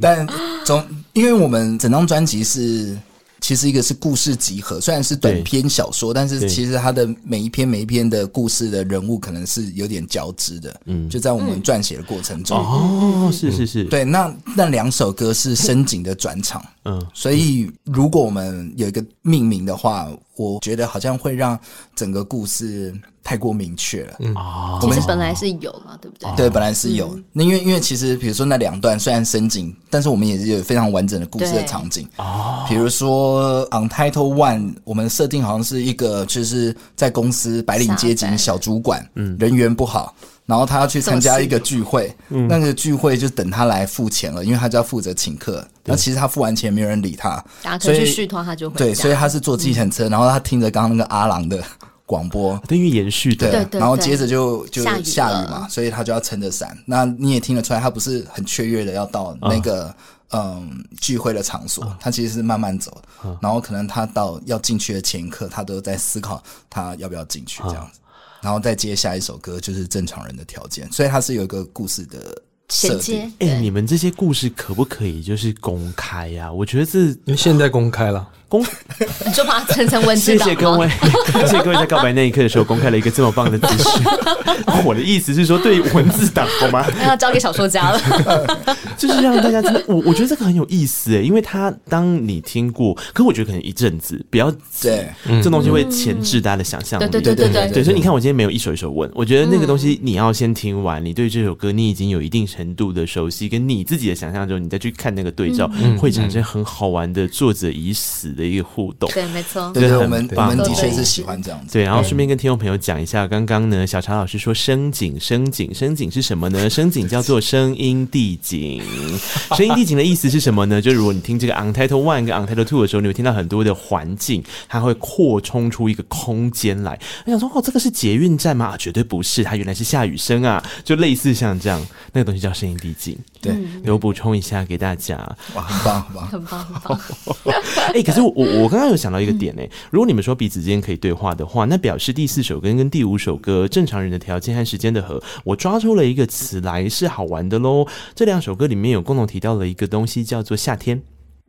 S3: 但总因为我们整张专辑是其实一个是故事集合，虽然是短篇小说，但是
S1: 对
S3: 其实它的每一篇每一篇的故事的人物可能是有点交织的。嗯，就在我们撰写的过程
S4: 嗯
S3: 中，
S1: 哦，是是是，，
S3: 对，那那两首歌是深井的转场，
S1: 嗯，
S3: 所以如果我们有一个命名的话，我觉得好像会让整个故事太过明确了。
S1: 啊，
S4: 其实本来是有嘛，对不对？
S3: 对，本来是有。那因为因为其实比如说那两段虽然深井，但是我们也是有非常完整的故事的
S4: 对
S3: 场景。哦，比如说《Untitled One》，我们设定好像是一个就是在公司白领阶级
S4: 傻白
S3: 小主管，嗯，人缘不好。然后他要去参加一个聚会，那个聚会就等他来付钱了，因为他就要负责请客。那其实他付完钱，没有人理他，
S4: 大家可
S3: 所
S4: 以
S3: 以
S4: 去续托，他就会
S3: 对，
S4: 这
S3: 所以
S4: 样
S3: 他是坐计程车，然后他听着刚刚那个阿郎的广播，
S1: 对，因为延续的，哎
S3: 对，
S4: 对对
S3: 然后接着就就
S4: 下雨了
S3: 下雨嘛，所以他就要撑着伞。那你也听得出来，他不是很雀跃的要
S1: 啊
S3: 到那个、嗯聚会的场所，他其实是慢慢走。
S1: 啊
S3: 然后可能他到要进去的前一刻，他都在思考他要不要进去
S1: 啊
S3: 这样子。然后再接下一首歌就是正常人的条件，所以它是有一个故事的
S4: 衔
S3: 设定
S4: 接。。
S1: 哎、
S4: 对，
S1: 你们这些故事可不可以就是公开呀、我觉得这
S2: 因为现在公开了，
S1: 公，
S4: 你就把它整成文 字
S1: 谢
S4: 档
S1: 谢
S4: 吗
S1: 各位， 谢谢各位在告白那一刻的时候公开了一个这么棒的姿 势。我的意思是说，对文字党好吗？
S4: 那要交给小说家 了。
S1: 就是让大家真的，我我觉得这个很有意思诶，欸因为它当你听过，可我觉得可能一阵子，不要
S3: 对，
S1: 这东西会前置大家的想象力。
S4: 嗯对对对
S3: 对
S4: 对
S3: 对嗯
S4: 对
S1: 对，所以你看，我今天没有一首一首问，我觉得那个东西你要先听完，你对这首歌你已经有一定程度的熟悉，跟你自己的想象之后，你再去看那个对照，会产生很好玩的作者已死的一个互动。
S4: 对，没错。
S3: 对对，
S1: 很
S3: 我们我
S1: 棒
S3: 们的确
S4: 对
S3: 是喜欢这样子。
S1: 对，然后顺便跟听众朋友讲一下，刚刚呢，小茶老师说声景，声景，声景是什么 呢？声景叫做声音地景， 声音地景的意思是什么呢？就如果你听这个 Untitled One 跟 Untitled Two 的时候，你会听到很多的环境，它会扩充出一个空间来。我想说，哦，这个是捷运站吗？啊绝对不是，它原来是下雨声啊，就类似像这样，那个东西叫声音地景。
S3: 对，
S1: 对我补充一下给大家，
S3: 哇，很棒，很棒。
S4: 很棒，很 棒，
S1: 哎、可是我我我刚刚有想到一个点呢、欸如果你们说彼此之间可以对话的话，那表示第四首歌跟第五首歌《正常人的条件和时间的河》，我抓出了一个词来是好玩的喽。这两首歌里面有共同提到了一个东西叫做夏天，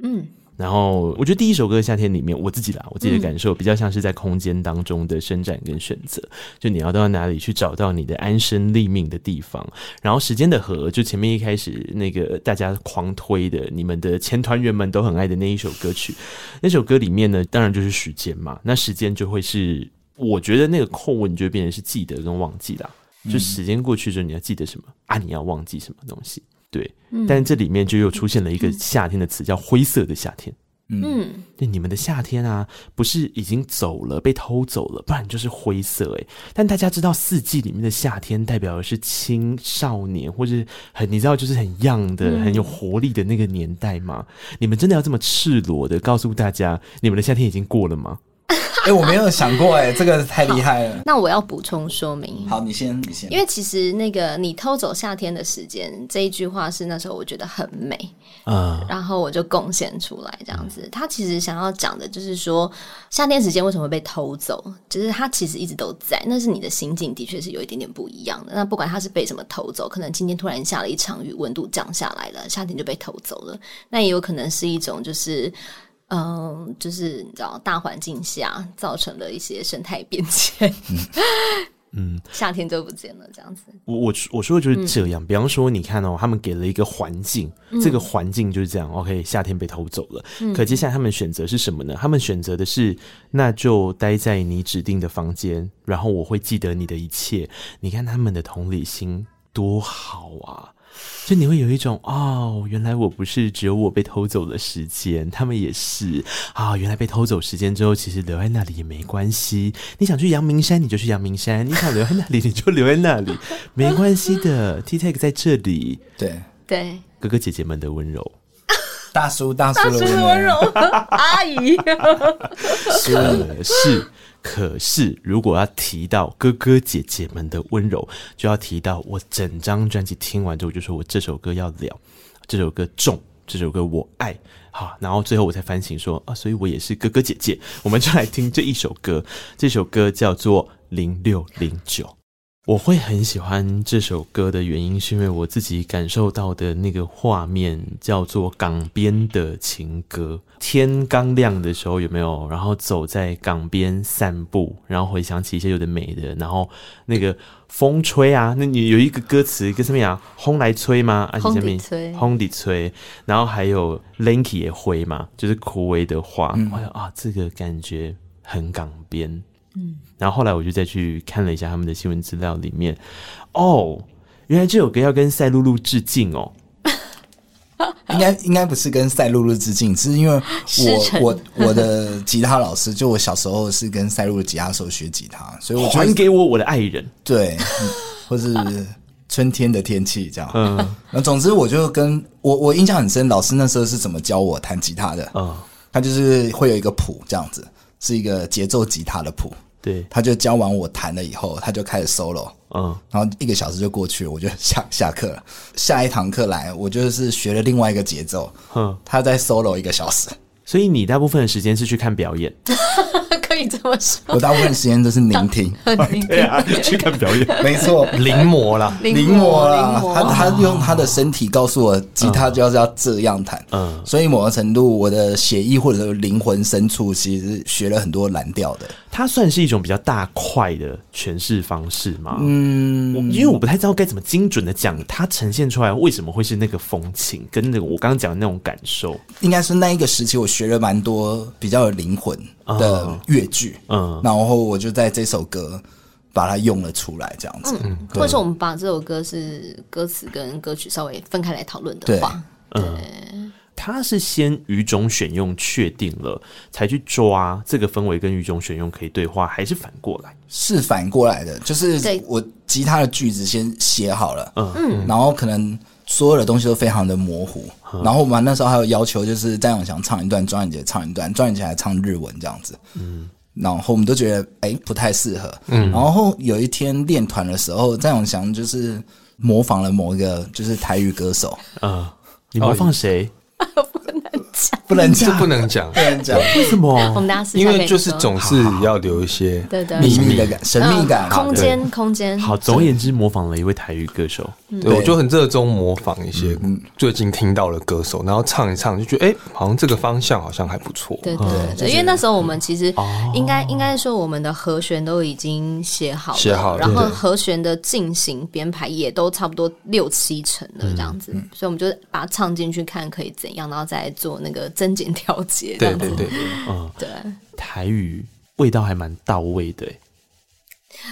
S4: 嗯，
S1: 然后我觉得第一首歌《夏天》里面，我自己啦，我自己的感受比较像是在空间当中的伸展跟选择，就你要到哪里去找到你的安身立命的地方。然后《时间的河》就前面一开始那个大家狂推的，你们的前团员们都很爱的那一首歌曲，那首歌里面呢，当然就是时间嘛，那时间就会是，我觉得那个空文就会变成是记得跟忘记啦。就时间过去之后，你要记得什么啊？你要忘记什么东西？对，但这里面就又出现了一个夏天的词，叫灰色的夏天。
S4: 嗯，
S1: 对你们的夏天啊，不是已经走了，被偷走了，不然就是灰色诶、但大家知道，四季里面的夏天代表的是青少年，或是很你知道，就是很 young 的、很有活力的那个年代吗？你们真的要这么赤裸的告诉大家，你们的夏天已经过了吗？
S3: 哎，我没有想过，哎，这个太厉害了。
S4: 那我要补充说明，
S3: 好，你先，你先
S4: 因。为其实那个你偷走夏天的时间这一句话是那时候我觉得很美，
S1: 啊、
S4: 然后我就贡献出来这样子。他其实想要讲的就是说，夏天时间为什么会被偷走？就是它其实一直都在，那是你的心境的确是有一点点不一样的。那不管它是被什么偷走，可能今天突然下了一场雨，温度降下来了，夏天就被偷走了。那也有可能是一种就是。嗯，就是你知道，大环境下造成了一些生态变迁，
S1: 嗯，
S4: 夏天就不见了这样子。
S1: 我我我说的就是这样。比方说，你看哦，他们给了一个环境，这个环境就是这样。OK，夏天被偷走了，可接下来他们选择是什么呢？他们选择的是，那就待在你指定的房间，然后我会记得你的一切。你看他们的同理心多好啊！就你会有一种哦，原来我不是只有我被偷走了时间，他们也是啊。原来被偷走时间之后，其实留在那里也没关系。你想去阳明山，你就去阳明山；你想留在那里，你就留在那里，没关系的。T Tech 在这里，
S3: 对，
S4: 对，
S1: 哥哥姐姐们的温柔，
S3: 大叔大叔的
S4: 就是温柔 阿姨，
S1: 可是。可是，如果要提到哥哥姐姐们的温柔，就要提到我整张专辑听完之后，我就说我这首歌要聊，这首歌重，这首歌我爱，好，然后最后我才反省说啊，所以我也是哥哥姐姐。我们就来听这一首歌，这首歌叫做《零六零九》。我会很喜欢这首歌的原因，是因为我自己感受到的那个画面叫做港边的情歌。天刚亮的时候有没有？然后走在港边散步，然后回想起一些有的没的，然后那个风吹啊，那你有一个歌词跟上面啊，风来吹吗？啊还
S4: 风
S1: 是什么
S4: 地吹
S1: 风底吹，然后还有 Linky 也灰嘛，就是枯萎的花。我想啊，这个感觉很港边。然后后来我就再去看了一下他们的新闻资料，里面哦，原来这首歌要跟赛璐璐致敬哦。
S3: 应该应该不是跟赛璐璐致敬，是因为
S4: 师承
S3: 我我我的吉他老师， 就我小时候是跟赛璐的吉他手学吉他，所以我觉
S1: 还
S3: 得
S1: 给我我的爱人，
S3: 对，嗯或是春天的天气这样。
S1: 嗯
S3: 那总之，我就跟我我印象很深，老师那时候是怎么教我弹吉他的？
S1: 嗯，
S3: 他就是会有一个谱这样子，是一个节奏吉他的谱，
S1: 对，
S3: 他就教完我弹了以后，他就开始 solo。
S1: 嗯
S3: 然后一个小时就过去了，我就下下课了。下一堂课来，我就是学了另外一个节奏，
S1: 哼，
S3: 他在 solo 一个小时，
S1: 所以你大部分的时间是去看表演，
S4: 可以这么说。
S3: 我大部分时间都是聆听。
S1: 对啊，去看表演，
S3: 没错，
S2: 临摹啦，
S3: 临摹啦
S4: 临，摹
S3: 他他用他的身体告诉我，吉他就是要这样弹。
S1: 嗯
S3: 所以某个程度，我的血意或者是灵魂深处，其实是学了很多蓝调的。
S1: 它算是一种比较大块的诠释方式吗？嗯，因为我不太知道该怎么精准的讲，它呈现出来为什么会是那个风情，跟那个我刚刚讲的那种感受，
S3: 应该是那一个时期，我学了蛮多比较有灵魂的乐剧，
S1: 嗯
S3: 然后我就在这首歌把它用了出来，这样子。
S4: 嗯
S2: 嗯
S4: 或者是我们把这首歌是歌词跟歌曲稍微分开来讨论的
S3: 对
S4: 话，
S1: 他是先语种选用确定了，才去抓这个氛围跟语种选用可以对话，还是反过来？
S3: 是反过来的，就是
S4: 对
S3: 我吉他的句子先写好了，
S1: 嗯
S3: 嗯，然后可能所有的东西都非常的模糊，然后我们那时候还有要求，就是张永祥唱一段，庄宇杰唱一段，庄宇杰还唱日文这样子，嗯，然后我们都觉得哎、不太适合，嗯，然后有一天练团的时候，张永祥就是模仿了某一个就是台语歌手，
S1: 嗯，你模仿谁？
S3: 不能
S2: 这
S3: 讲，
S2: 不能讲，
S3: 不能讲，
S1: 为什
S4: 我
S1: 么？
S4: 们大家私下
S2: 因
S4: 可
S2: 为
S4: 以
S2: 就是
S4: 说
S2: 总是要留一些
S4: 对对
S3: 秘密的感，神秘感，
S4: 空间空间
S1: 好，总而言之，模仿了一位台语歌手。
S2: 对，我就很热衷模仿一些最近听到的歌手，然后唱一唱，就觉得哎、好像这个方向好像还不错。
S4: 对对对对，因为那时候我们其实
S2: 嗯
S4: 应该应该说我们的和弦都已经写好了，
S2: 哦写好了
S4: 然后
S2: 对
S4: 和弦的进行编排也都差不多六七成了
S2: 嗯
S4: 这样子，所以我们就把它唱进去看可以怎样，然后再做那个增减调节这
S2: 对
S4: 样子
S2: 对。对，
S4: 对，
S1: 台语味道还蛮到位的、欸。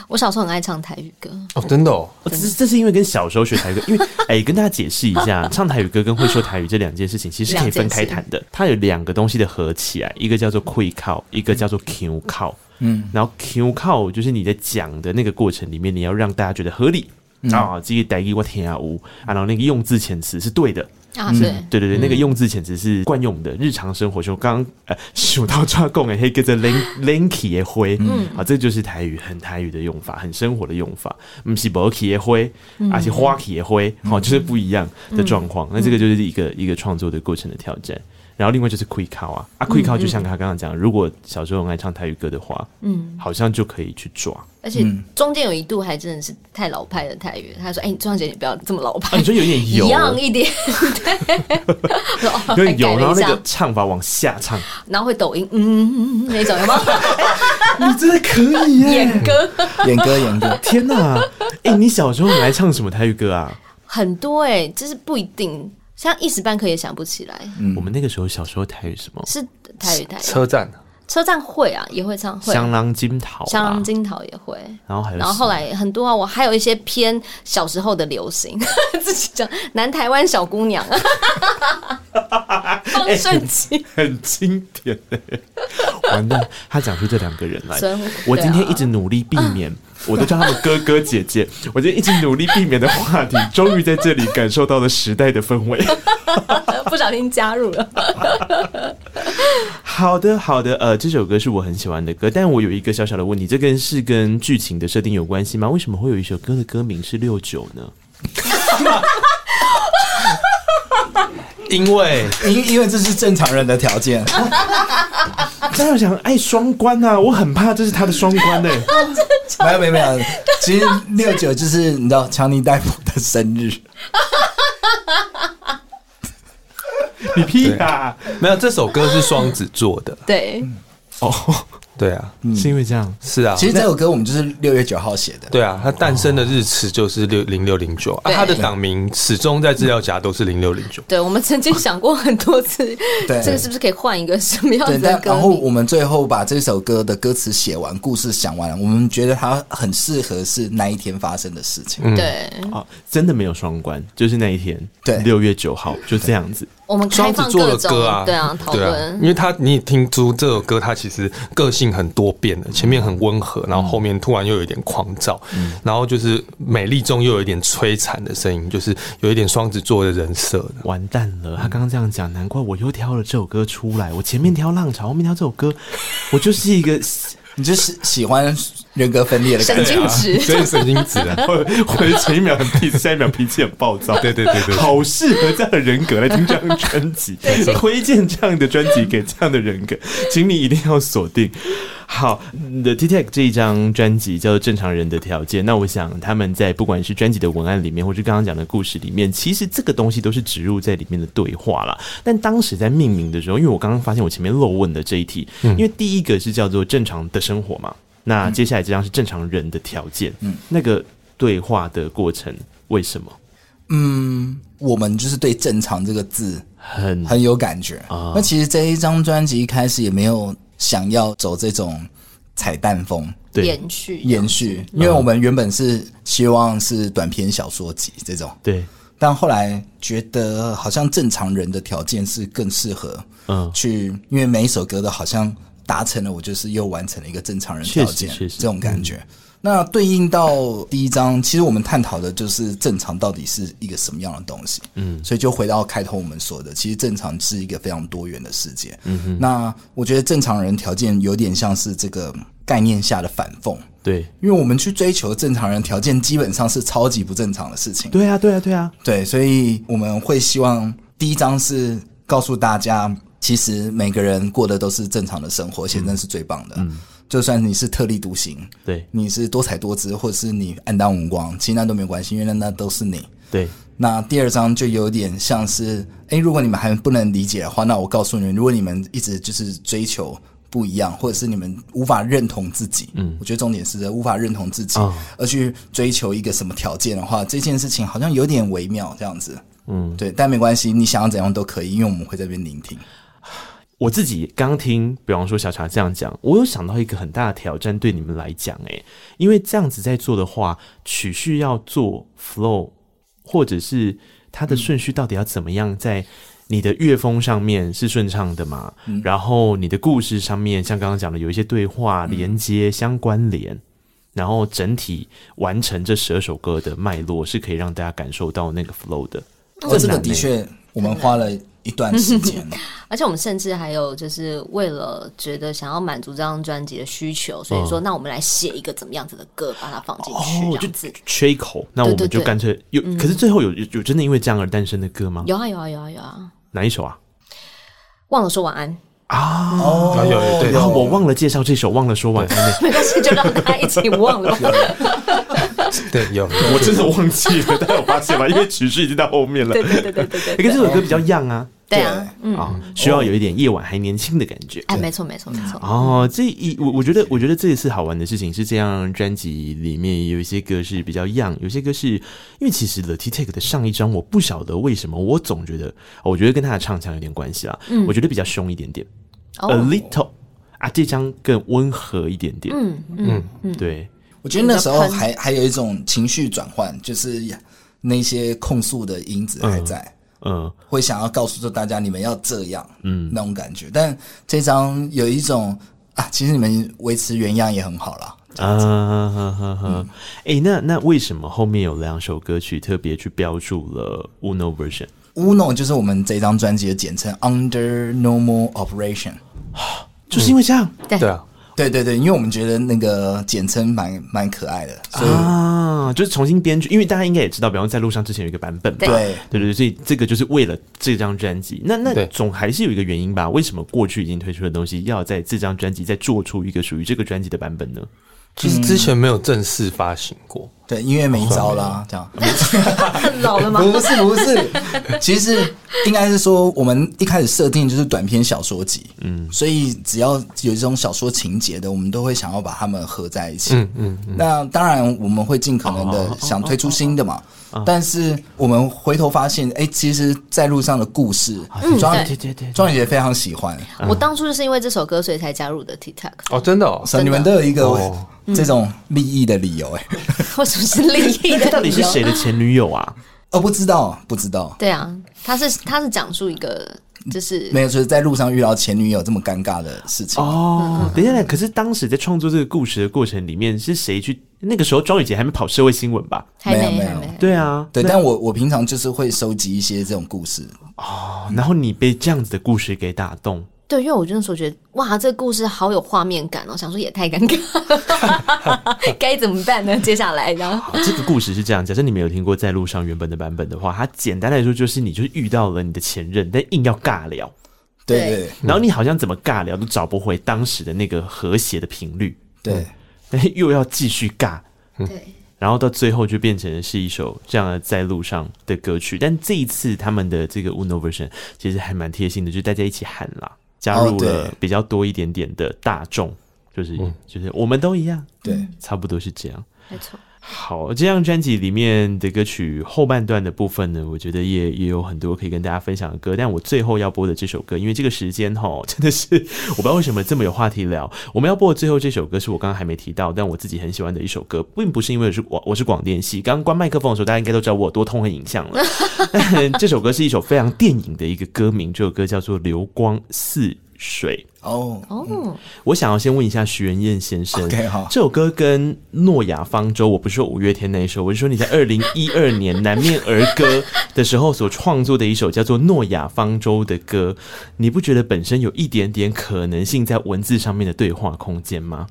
S4: 我小时候很爱唱台语歌，
S2: 哦，真的哦，
S1: 哦这这是因为跟小时候学台语歌，因为 哎、跟大家解释一下，唱台语歌跟会说台语这两件事情其实是可以分开谈的。它有两个东西的合起来，一个叫做会靠，一个叫做 Q 靠。嗯，然后 Q 靠就是你在讲的那个过程里面，你要让大家觉得合理。啊、这个台语我听啊无啊，然后那个用字遣词是对的，
S4: 啊，对，
S1: 嗯对对对，那个用字简直是惯用的，日常生活中刚 呃数到抓共诶，黑跟着 link linky 也灰，嗯，啊，这就是台语很台语的用法，很生活的用法，嗯，是 b o k 也灰，而且花 k 也灰，好、就是不一样的状况。那这个就是一个一个创作的过程的挑战。然后另外就是 quick call 啊，啊 quick call 就像他刚刚讲，如果小时候很爱唱台语歌的话，嗯，好像就可以去 抓。
S4: 而且
S1: 嗯
S4: 中间有一度还真的是太老派的台语，他说：“哎、你庄姐，你不要这么老
S1: 啊，
S4: 派，
S1: 你说有点
S4: 一
S1: 油，
S4: 样一点。”对，我说哦
S1: 有点
S4: 还
S1: 油，
S4: 改
S1: 然
S4: 了
S1: 后
S4: 一下
S1: 那个唱法往下唱，
S4: 嗯 然后会抖音，嗯，那种有没有？
S1: 你真的可以耶、
S4: 演歌
S3: 演歌演歌，
S1: 天哪、哎、你小时候很爱唱什么台语歌啊？
S4: 很多哎、就是不一定，像一时半刻也想不起来，
S1: 我们那个时候小时候台语什么？
S4: 是台语台语
S2: 车站
S4: 车站会啊，也会唱会啊，
S1: 香囊金桃、啊，
S4: 香囊，金桃也会。
S1: 然后还有
S4: 然后后来很多啊，我还有一些偏小时候的流行， 自己讲南台湾小姑 娘，方顺琪，
S1: 很经典的、 完蛋，他讲出这两个人来
S4: 所以，
S1: 我
S4: 对
S1: 今天
S4: 啊
S1: 一直努力避免，我都叫他们哥哥姐姐，我今天一直努力避免的话题，终于在这里感受到了时代的氛 围。
S4: 啊不小心加入了。
S1: 好的，好的，呃，这首歌是我很喜欢的歌，但我有一个小小的问题，这跟是跟剧情的设定有关系吗？为什么会有一首歌的歌名是六九呢？
S2: 因为
S3: 因因为这是正常人的条件，
S4: 啊
S1: 张耀祥爱双关啊，我很怕这是他的双关欸呢、
S3: 没有没有没有，其实六九就是你知道强尼戴普的生日，
S1: 你屁啊！
S2: 没有这首歌是双子座的，
S4: 对，
S1: 哦，
S2: 对啊，
S1: 是因为这样，
S2: 是啊，
S3: 其实这首歌我们就是六月九号写的，
S2: 对啊，它诞生的日期就是六零六零九啊，
S4: 对
S2: 它的党名始终在资料夹都是零六零九。
S4: 对，我们曾经想过很多次，
S3: 对
S4: 这个是不是可以换哦一个什么样
S3: 对，
S4: 的
S3: 但
S4: 歌
S3: 然后
S4: 名？
S3: 我们最后把这首歌的歌词写完，故事想完了，我们觉得它很适合是那一天发生的事情。
S4: 对，
S2: 嗯
S1: 哦，真的没有双关，就是那一天，
S3: 对
S1: 六月九号就这样子。
S4: 我们开
S2: 双子
S4: 放
S2: 座
S4: 各
S2: 的
S4: 种
S2: 歌啊，
S4: 对啊，讨论
S2: 因为他你也听出这首歌，它其实个性很多变的，前面很温和，然后后面突然又有一点狂躁，然后就是美丽中又有一点摧残的声音，就是有一点双子座的人设的。
S1: 完蛋了，他刚刚这样讲，难怪我又挑了这首歌出来。我前面挑浪潮，后面挑这首歌，我就是一个，
S3: 你就是喜欢人格分裂的感
S4: 神
S3: 觉，
S4: 经质。
S2: 所以神经质啊
S1: 我我前一秒很 peace，下一秒脾气很暴躁。
S2: 对对对对对
S1: 好适合这样的人格来听这张专辑，推荐这样的专辑给这样的人格，请你一定要锁定。好，The T Tech 这一张专辑叫做《正常人的条件》，那我想他们在不管是专辑的文案里面，或是刚刚讲的故事里面，其实这个东西都是植入在里面的对话啦。但当时在命名的时候，因为我刚刚发现我前面漏问的这一题，因为第一个是叫做正常的生活嘛，那接下来这张是正常人的条件，嗯，那个对话的过程为什么
S3: 嗯，我们就是对“正常”这个字
S1: 很
S3: 很有感觉。
S4: 嗯啊
S3: 那其实这一张专辑一开始也没有想要走这种彩蛋风
S4: 嗯
S1: 对
S4: 延续
S3: 延续，因为我们原本是希望是短篇小说集这种，
S1: 对，
S3: 但后来觉得好像正常人的条件是更适合
S1: 嗯
S3: 去，因为每一首歌都好像达成了，我就是又完成了一个正常人条件
S1: 确实确实嗯
S3: 这种感觉。那对应到第一章，其实我们探讨的就是正常到底是一个什么样的东西。嗯，所以就回到开头我们说的，其实正常是一个非常多元的世界。嗯哼，那我觉得正常人条件有点像是这个概念下的反讽，
S1: 对
S3: 因为我们去追求正常人条件，基本上是超级不正常的事情。
S1: 对啊对啊对啊，
S3: 对，所以我们会希望第一章是告诉大家，其实每个人过的都是正常的生活，写真是最棒的。就算你是特立独行，
S1: 对
S3: 你是多彩多姿，或者是你暗淡无光，其实那都没有关系，因为那那都是你。
S1: 对
S3: 那第二章就有点像是，诶，如果你们还不能理解的话，那我告诉你们，如果你们一直就是追求不一样，或者是你们无法认同自己，嗯，我觉得重点是无法认同自己，
S1: 啊
S3: 而去追求一个什么条件的话，这件事情好像有点微妙这样子，嗯，对，但没关系，你想要怎样都可以，因为我们会在这边聆听，
S1: 我自己刚听，比方说小茶这样讲，我有想到一个很大的挑战对你们来讲，诶，因为这样子在做的话，曲序要做 flow，或者是它的顺序到底要怎么样，在你的乐风上面是顺畅的嘛？然后你的故事上面，像刚刚讲的，有一些对话连接、相关联，然后整体完成这十二首歌的脉络，是可以让大家感受到那个 flow 的。
S3: 哦，这
S1: 难
S3: 个
S1: 欸
S3: 的确我们花了一段时间，
S4: 而且我们甚至还有就是为了觉得想要满足这张专辑的需求，所以说那我们来写一个怎么样子的歌，把它放进去
S1: 哦，
S4: 这
S1: 就
S4: 样子。
S1: 缺一口，那我
S4: 对
S1: 们就
S4: 对
S1: 干脆有。可是最后有有有真的因为这样而诞生的歌吗？
S4: 有啊有啊有啊有啊，
S1: 哪一首啊？
S4: 忘了说晚安，
S1: 啊！
S3: 哦
S2: 有有对
S1: 然 后我忘了介绍这首，忘了说晚安。
S4: 没关系，就让大家一起忘了吧。
S2: 对，有
S1: 我真的忘记了，大家有发现吗？因为曲序已经到后面了。
S4: 对对 对对对对
S1: 欸
S4: 对
S1: 跟这首歌比较样啊，
S4: 对啊，嗯，
S1: 啊，需要有一点夜晚还年轻的感觉。
S4: 哎，没错没错没错，
S1: 哦，这一我我觉得，我觉得这一次好玩的事情是，这张专辑里面有一些歌是比较样，有些歌是因为其实 The T Take 的上一张，我不晓得为什么，我总觉得，哦我觉得跟他的唱腔有点关系啦，
S4: 嗯
S1: 我觉得比较凶一点点、a
S4: 哦，
S1: little 啊，这张更温和一点点，
S4: 嗯嗯嗯，
S1: 对，
S3: 我觉得那时候还还有一种情绪转换，就是那些控诉的因子还在，
S1: 嗯，
S3: 会想要告诉大家你们要这样，嗯，那种感觉。但这张有一种啊，其实你们维持原样也很好啦。
S1: 啊哈哈
S4: 嗯
S1: 哈！哎、那那为什么后面有两首歌曲特别去标注了 Uno version？
S3: Uno 就是我们这张专辑的简称，Under Normal Operation。
S1: 就是因为这样、
S2: 对啊，
S3: 对对对，因为我们觉得那个简称蛮蛮可爱的，所以、
S1: 啊，就是重新编剧，因为大家应该也知道，比方在路上之前有一个版本嘛，
S4: 对
S3: 对
S1: 对对，所以这个就是为了这张专辑。那那
S2: 对
S1: 总还是有一个原因吧？为什么过去已经推出的东西，要在这张专辑再做出一个属于这个专辑的版本呢？
S2: 其实之前没有正式发行过，
S3: 对，音乐没招啦，这样。
S4: 老了吗？
S3: 不是不是，其实应该是说我们一开始设定就是短篇小说集，嗯，所以只要有这种小说情节的，我们都会想要把它们合在一起。
S2: 嗯嗯嗯，
S3: 那当然，我们会尽可能的想推出新的嘛。但是我们回头发现，哎、其实在路上的故事，嗯庄
S4: 对
S1: 对对
S3: 庄宇杰非常喜欢，
S4: 我当初就是因为这首歌，所以才加入的 TikTok。
S2: 哦，真的哦，
S3: 所以你们都有一个、
S2: 哦
S3: 这种利益的理由、哎，
S4: 或者是利益的
S1: 到底是
S4: 理由
S1: 谁？的前女友啊？
S3: 哦，不知道，不知道，
S4: 对啊，他是他是讲述一个就是
S3: 没有，就是在路上遇到前女友这么尴尬的事情。
S1: 哦，等一下，可是当时在创作这个故事的过程里面，是谁去？那个时候庄宇杰还没跑社会新闻吧？
S4: 还
S3: 没有没
S4: 还
S3: 有
S4: 没
S1: 对啊，
S3: 对，
S1: 那
S3: 但我我平常就是会收集一些这种故事，
S1: 然后你被这样子的故事给打动，
S4: 对，因为我那时候觉得哇，这个故事好有画面感哦，想说也太尴尬了，该怎么办呢？接下来，然后
S1: 好这个故事是这样：假设你没有听过在路上原本的版本的话，它简单来说就是你就是遇到了你的前任，但硬要尬聊，
S3: 对
S4: 对
S3: 对
S1: 然后你好像怎么尬聊都找不回当时的那个和谐的频率，
S3: 对，
S1: 但是 又要继续尬，
S3: 嗯
S4: 对，
S1: 然后到最后就变成是一首这样的在路上的歌曲。但这一次他们的这个 Uno version 其实还蛮贴心的，就是大家一起喊啦，加入
S3: 哦
S1: 了
S3: 对嗯
S1: 比较多一点点的大众，就是、就是我们都一样，
S3: 对，
S1: 差不多是这样。
S4: 没错，
S1: 好，这张专辑里面的歌曲后半段的部分呢，我觉得也也有很多可以跟大家分享的歌。但我最后要播的这首歌，因为这个时间哈，真的是我不知道为什么这么有话题聊。我们要播的最后这首歌是我刚刚还没提到，但我自己很喜欢的一首歌，并不是因为我是我我是广电系，刚刚关麦克风的时候，大家应该都知道我有多痛恨影像了。 但这首歌是一首非常电影的一个歌名，这首歌叫做《流光似水》。
S3: 哦，
S4: 哦，
S1: 我想要先问一下徐元燕先生
S3: OK，好
S1: 这首歌跟《诺亚方舟》，我不是说五月天那一首，我是说你在二零一二年《南面儿歌》的时候所创作的一首叫做《诺亚方舟》的歌，你不觉得本身有一点点可能性在文字上面的对话空间吗？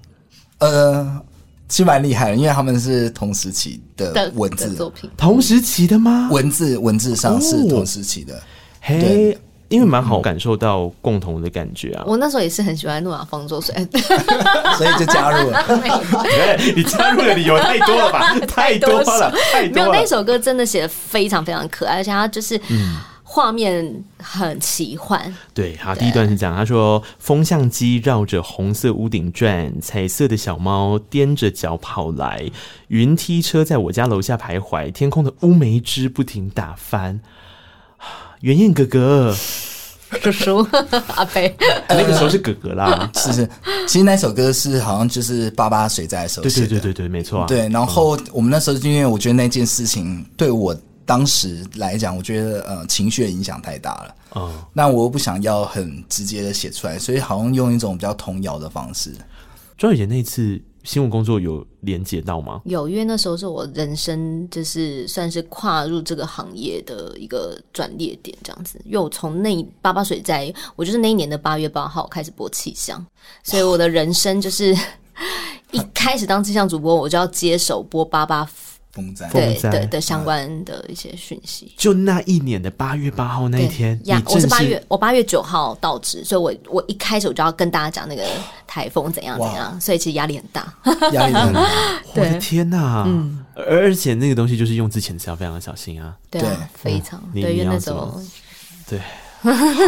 S3: 呃，其实蛮厉害的，因为他们是同时期
S4: 的
S3: 的文字
S4: 的，作品，
S1: 同时期的吗？
S3: 文字文字上是同时期的，
S1: 嘿
S3: 对。
S1: 因为蛮好感受到共同的感觉啊！
S4: 我那时候也是很喜欢诺亚方舟，所以哎哦
S3: 所以就加 入了。
S1: 你加入的理由太多了吧？ 太多了，太
S4: 没
S1: 多
S4: 有
S1: 了
S4: 那。首歌真的写的非常非常可爱，而且它就是画面很奇幻，
S1: 对，好，第一段是这样，他说：风向机绕着红色屋顶转，彩色的小猫踮着脚跑来，云梯车在我家楼下徘徊，天空的乌梅枝不停打翻。 啊圆燕哥哥，
S4: 叔叔阿飞，
S1: 那个时候是哥哥啦，
S3: 是是，其实那首歌是好像就是爸爸水灾的时候
S1: 对
S3: 写
S1: 对
S3: 的，
S1: 对 对对，没错、啊，
S3: 对，然后我们那时候就因为我觉得那件事情对我当时来讲，我觉得呃情绪的影响太大了。
S1: 嗯，
S3: 那我又不想要很直接的写出来，所以好像用一种比较童谣的方式。
S1: 庄宇杰那一次新闻工作有连接到吗？
S4: 有，因为那时候是我人生就是算是跨入这个行业的一个转捩点，这样子。因为我从那一八八水灾，我就是那一年的八月八号开始播气象，所以我 的人生就是一开始当气象主播，我就要接手播八八
S3: 风灾，
S4: 对
S1: 风灾嗯
S4: 对的相关的一些讯息。
S1: 就那一年的八月八号那一天，
S4: 对呀我
S1: 你，
S4: 是
S1: 正
S4: 八
S1: 式
S4: 月，我八月九号到职，所以我我一开始我就要跟大家讲那个台风怎样怎样，所以其实压力很大。
S3: 压力很大。
S1: 我的
S4: 对
S1: 天呐！嗯，而且那个东西就是用之前是要非常小心啊。
S4: 对
S3: 对
S4: 啊，非常
S1: 你
S4: 对，
S1: 嗯你
S4: 因为
S1: 要
S4: 那
S1: 怎么
S4: 种
S1: 对，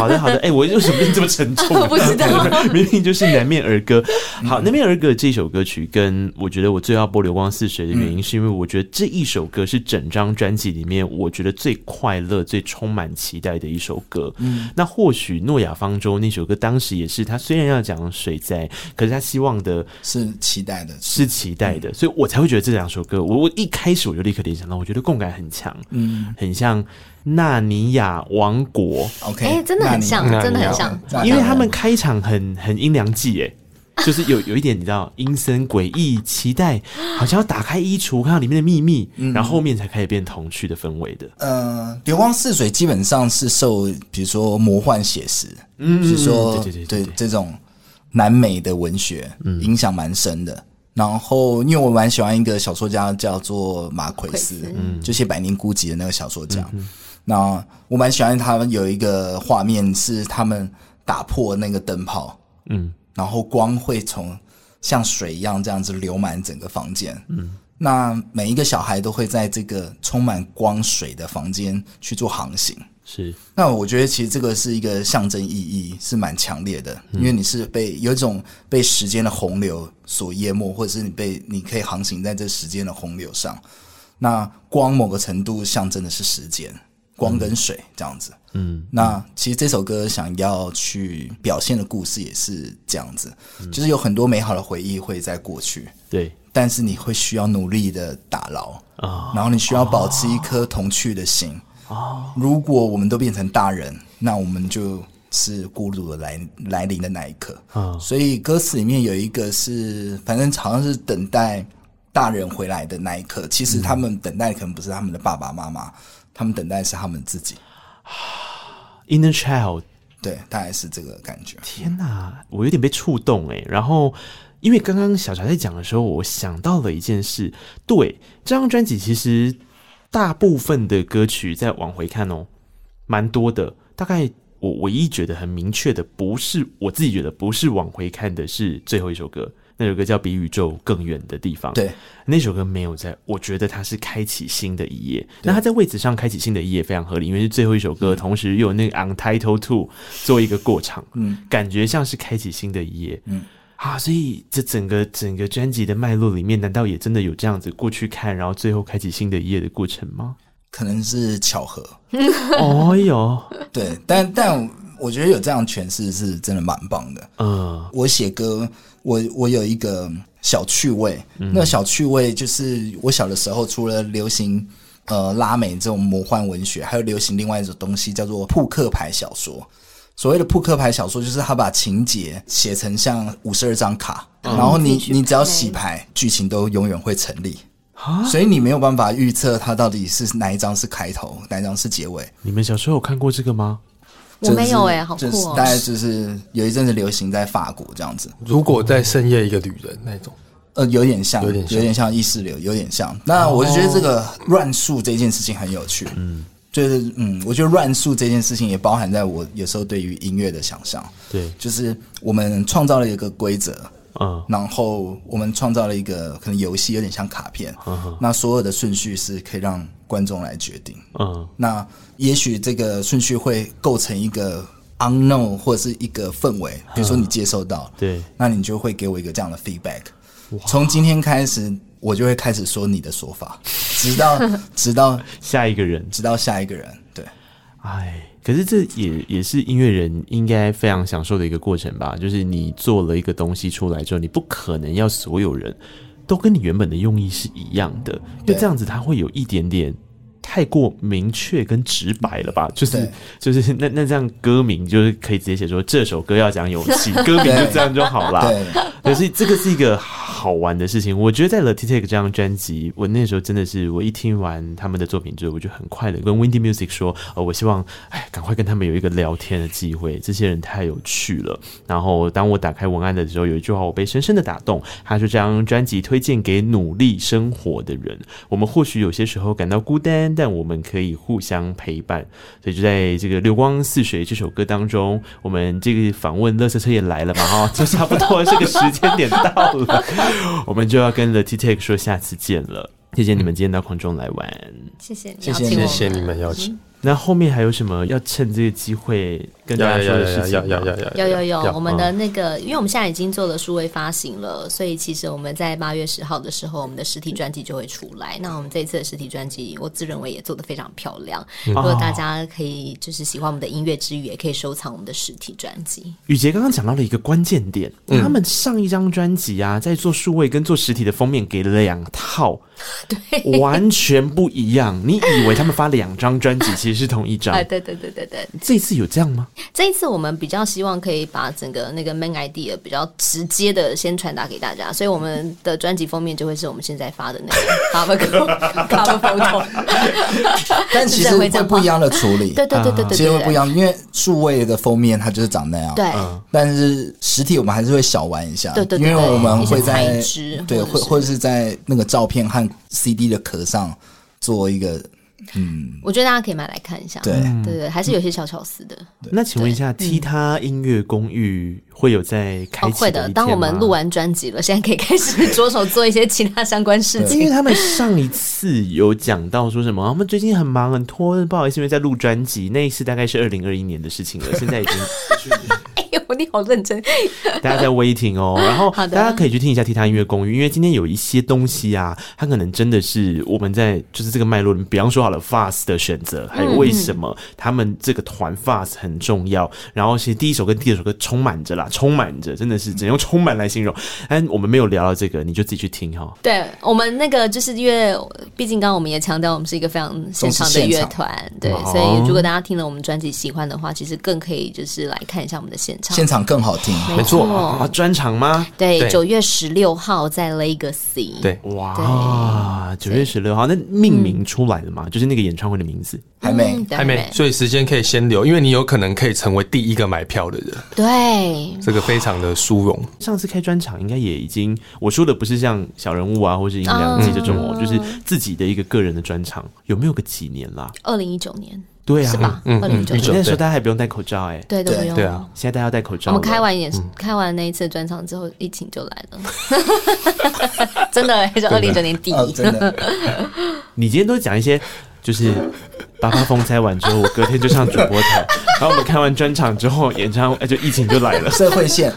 S1: 好的好的，哎、我为什么变这么沉重？啊
S4: 我不知道，
S1: 明明就是南面儿歌。好，南面儿歌这首歌曲，跟我觉得我最要播《流光似水》的原因，是因为我觉得这一首歌是整张专辑里面我觉得最快乐、最充满期待的一首歌。嗯，那或许《诺亚方舟》那首歌当时也是，他虽然要讲水灾，可是他希望的
S3: 是期待的，
S1: 是期待
S4: 嗯
S1: 的，所以我才会觉得这两首歌，我我一开始我就立刻联想到，我觉得共感很强，
S3: 嗯
S1: 很像《纳尼亚王国》，
S3: ，OK，
S4: 哎，真的很像
S2: 那你，要
S4: 真的很像。
S3: 那你
S1: 因为他们开场很很阴凉季，哎，就是有有一点你知道阴森诡异，期待好像要打开衣橱看到里面的秘密，然后后面才开始变童趣的氛围的，
S3: 呃，流光似水基本上是受比如说魔幻写实，嗯，比如说
S1: 对对对嗯对对
S3: 这种南美的文学影响蛮深的。然后，因为我蛮喜欢一个小说家叫做马奎斯，
S4: 奎斯
S3: 就写《百年孤寂》的那个小说家。那我蛮喜欢他们有一个画面是他们打破那个灯泡，
S1: 嗯，
S3: 然后光会从像水一样这样子流满整个房间。嗯，那每一个小孩都会在这个充满光水的房间去做航行。
S1: 是
S3: 那我觉得其实这个是一个象征意义是蛮强烈的，
S1: 嗯
S3: 因为你是被有一种被时间的洪流所淹没，或者是你被你可以航行在这时间的洪流上。那光某个程度象征的是时间，光跟水这样子。
S1: 嗯，
S3: 那其实这首歌想要去表现的故事也是这样子，
S1: 嗯
S3: 就是有很多美好的回忆会在过去，
S1: 对
S3: 但是你会需要努力的打捞，
S1: 啊、
S3: 然后你需要保持一颗童趣的心。哦，如果我们都变成大人，那我们就是孤独的来来临的那一刻。
S1: 啊
S3: 所以歌词里面有一个是，反正好像是等待大人回来的那一刻。其实他们等待可能不是他们的爸爸妈妈，他们等待的是他们自己。
S1: i n n e r Child，
S3: 对，大概是这个感觉。
S1: 天哪，我有点被触动哎、然后，因为刚刚小乔在讲的时候，我想到了一件事，对，这张专辑其实大部分的歌曲再往回看哦，蛮多的。大概我唯一觉得很明确的，不是我自己觉得不是往回看的是最后一首歌，那首歌叫《比宇宙更远的地方》。
S3: 对，
S1: 那首歌没有在，我觉得它是开启新的一页。那它在位置上开启新的一页非常合理，因为是最后一首歌，同时又有那个 on title two 做一个过场，嗯，感觉像是开启新的一页，嗯。啊，所以这整个整个专辑的脉络里面，难道也真的有这样子过去看，然后最后开启新的一页的过程吗？
S3: 可能是巧合。
S1: 哦哟，
S3: 对，但但我觉得有这样诠释是真的蛮棒的。
S1: 嗯，
S3: 我写歌，我我有一个小趣味，那个小趣味就是我小的时候，除了流行呃拉美这种魔幻文学，还有流行另外一种东西叫做扑克牌小说。所谓的扑克牌小说，就是他把情节写成像五十二张卡，然后你你只要洗牌，剧情都永远会成立。所以你没有办法预测它到底是哪一张是开头，哪一张是结尾。
S1: 你们小时候有看过这个吗？
S4: 我没有哎，好酷
S3: 就是大
S4: 哦！
S3: 概就是有一阵子流行在法国这样子，
S2: 如果在深夜一个旅人那种，
S3: 呃，有点像，
S2: 有点像哦
S3: 意识流，有点像。那我就觉得这个乱数这件事情很有趣，嗯，就是嗯，我觉得乱数这件事情也包含在我有时候对于音乐的想象，
S1: 对，
S3: 就是我们创造了一个规则，
S1: 嗯，
S3: 然后我们创造了一个可能游戏，有点像卡片，
S2: 嗯
S3: 那所有的顺序是可以让观众来决定，
S1: 嗯，
S3: 那也许这个顺序会构成一个 unknown 或者是一个氛围，比如说你接受到，
S1: 对
S3: 那你就会给我一个这样的 feedback。从今天开始，我就会开始说你的说法，直到直到
S1: 下一个人，
S3: 直到下一个人。对，
S1: 哎，可是这也也是音乐人应该非常享受的一个过程吧？就是你做了一个东西出来之后，你不可能要所有人都跟你原本的用意是一样的，因为
S3: 对
S1: 这样子它会有一点点。太过明确跟直白了吧？就是
S3: 对
S1: 就是那那这样歌名就是 可以直接写说这首歌要讲勇气，歌名就这样就好啦。
S3: 对，
S1: 对，所以这个是一个好玩的事情。我觉得在《The T Take》这张专辑，我那时候真的是，我一听完他们的作品之后，我就很快的跟 Windy Music 说，呃，我希望，哎，赶快跟他们有一个聊天的机会。这些人太有趣了。然后当我打开文案的时候，有一句话我被深深的打动，他说这张专辑推荐给努力生活的人。我们或许有些时候感到孤单，但我们可以互相陪伴。所以就在这个《流光似水》这首歌当中，我们这个访问乐色车也来了嘛，哈，就差不多这个时间点到了，我们就要跟 The T Take 说下次见了。谢谢你们今天到空中来玩。
S4: 谢谢你
S3: 谢
S4: 邀
S3: 谢
S4: 请我
S2: 谢
S4: 们，
S2: 谢你们邀请，
S1: 那后面还有什么要趁这个机会跟
S2: 要
S1: 大家说
S2: 要
S1: 的
S2: 要
S1: 事情
S2: 要
S1: 吗？
S2: 要要要
S4: 有有有，我们
S1: 嗯
S4: 的那个，因为我们现在已经做了数位发行了，所以其实我们在八月十号的时候，我们的实体专辑就会出来。那我们这一次的实体专辑，我自认为也做得非常漂亮。
S2: 嗯
S4: 如
S2: 哦
S4: 果大家可以就是喜欢我们的音乐之余，也可以收藏我们的实体专辑。
S1: 雨杰刚刚讲到了一个关键点，他们上一张专辑啊，在做数位跟做实体的封面给了两套，对，完全不一样。你以为他们发两张专辑，其实是同一张
S4: 啊，。对对对对对，
S1: 这次有这样吗？
S4: 这一次我们比较希望可以把整个那个 main idea 比较直接的先传达给大家，所以我们的专辑封面就会是我们现在发的那个 cover cover photo。
S3: 但其实会不一样的处理，
S4: 对对对对对对，
S3: 其实会不一样，因为数位的封面它就是长那样，
S4: 对。
S3: 但是实体我们还是会小玩一下，
S4: 对对对
S3: 因为我们会
S4: 一些材
S3: 在
S4: 质
S3: 对，
S4: 或者
S3: 或
S4: 是
S3: 或者是在那个照片和 CD 的壳上做一个，
S4: 我觉得大家可以买来看一下。
S3: 对嗯
S4: 对对，还是有些小巧思的。
S1: 那请问一下，踢踏音乐公寓会有在开
S4: 哦，
S1: 启
S4: 会
S1: 的一
S4: 的。
S1: 天吗？
S4: 当我们录完专辑了，现在可以开始着手做一些其他相关事
S1: 因为
S4: 情。
S1: 他们上一次有讲到说什么，啊他们最近很忙很拖，不好意思，因为在录专辑，那一次大概是二零二一年的事情了，现在已经
S4: 哎呦，你好认真。
S1: 大家在 waiting 哦，然后大
S4: 好的
S1: 家可以去听一下《踢踏音乐公寓》，因为今天有一些东西啊，它可能真的是我们在就是这个脉络里面，比方说好了 fast 的选择，还有为什么
S4: 嗯
S1: 他们这个团 fast 很重要。然后其实第一首跟第二首歌充满着啦，充满着，真的是只能用充满来形容。但我们没有聊到这个，你就自己去听哈、
S4: 对我们那个，就是因为毕竟刚刚我们也强调，我们是一个非常现场的乐团，对，
S1: 哦
S4: 所以如果大家听了我们专辑喜欢的话，其实更可以就是来看一下我们的现场。
S3: 现场更好听。
S2: 没错
S1: 啊，专场吗？
S4: 对，
S2: 对
S4: 九月十六号在 Legacy。
S2: 对
S1: 哇，九月十六号，那命名出来了吗？就是那个演唱会的名字。
S3: 还没
S4: 嗯，对
S2: 还没，所以时间可以先留，因为你有可能可以成为第一个买票的人，
S4: 对，
S2: 这个非常的殊荣。
S1: 上次开专场应该也已经，我说的不是像小人物啊，或是音量季这种
S4: 嗯
S1: 哦，就是自己的一个个人的专场，有没有个几年啦？
S4: 二零一九年
S1: 对啊，
S4: 是吧？
S2: 嗯嗯
S4: 二零一九
S2: 嗯
S1: 你
S4: 年，
S1: 那时候大家还不用戴口罩哎、
S4: 对，都不用。
S2: 对啊，嗯
S1: 现在大家要戴口罩
S4: 我
S1: 了。
S4: 们开完演、开完那一次专场之后，疫情就来了， 真的、欸，是二零一九年底。
S2: 呃
S3: 哦，真的，
S1: 你今天都讲一些就是八八风灾完之后，我隔天就上主 播台，然后我们开完专场之后，演唱哎会就疫情就来 了，
S3: 社会线，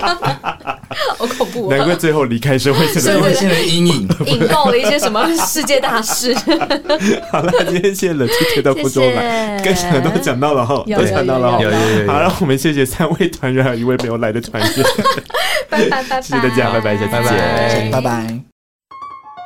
S4: 好恐怖、啊
S1: 难怪最后离开社会这
S3: 社
S1: 么
S3: 会线的阴影。
S4: 引爆了一些什么世界大事。
S1: 好了，今天谢谢冷气推到空中来，
S4: 谢谢
S1: 该讲的都讲到了哈，
S4: 有
S1: 都讲到了哈。
S2: 有有有有有
S1: 好，让我们谢谢三位团员，还有一位没有来的团员，
S4: 拜拜拜拜，
S1: 谢谢大家，拜拜，下次
S2: 拜拜
S1: 见。
S3: 拜拜。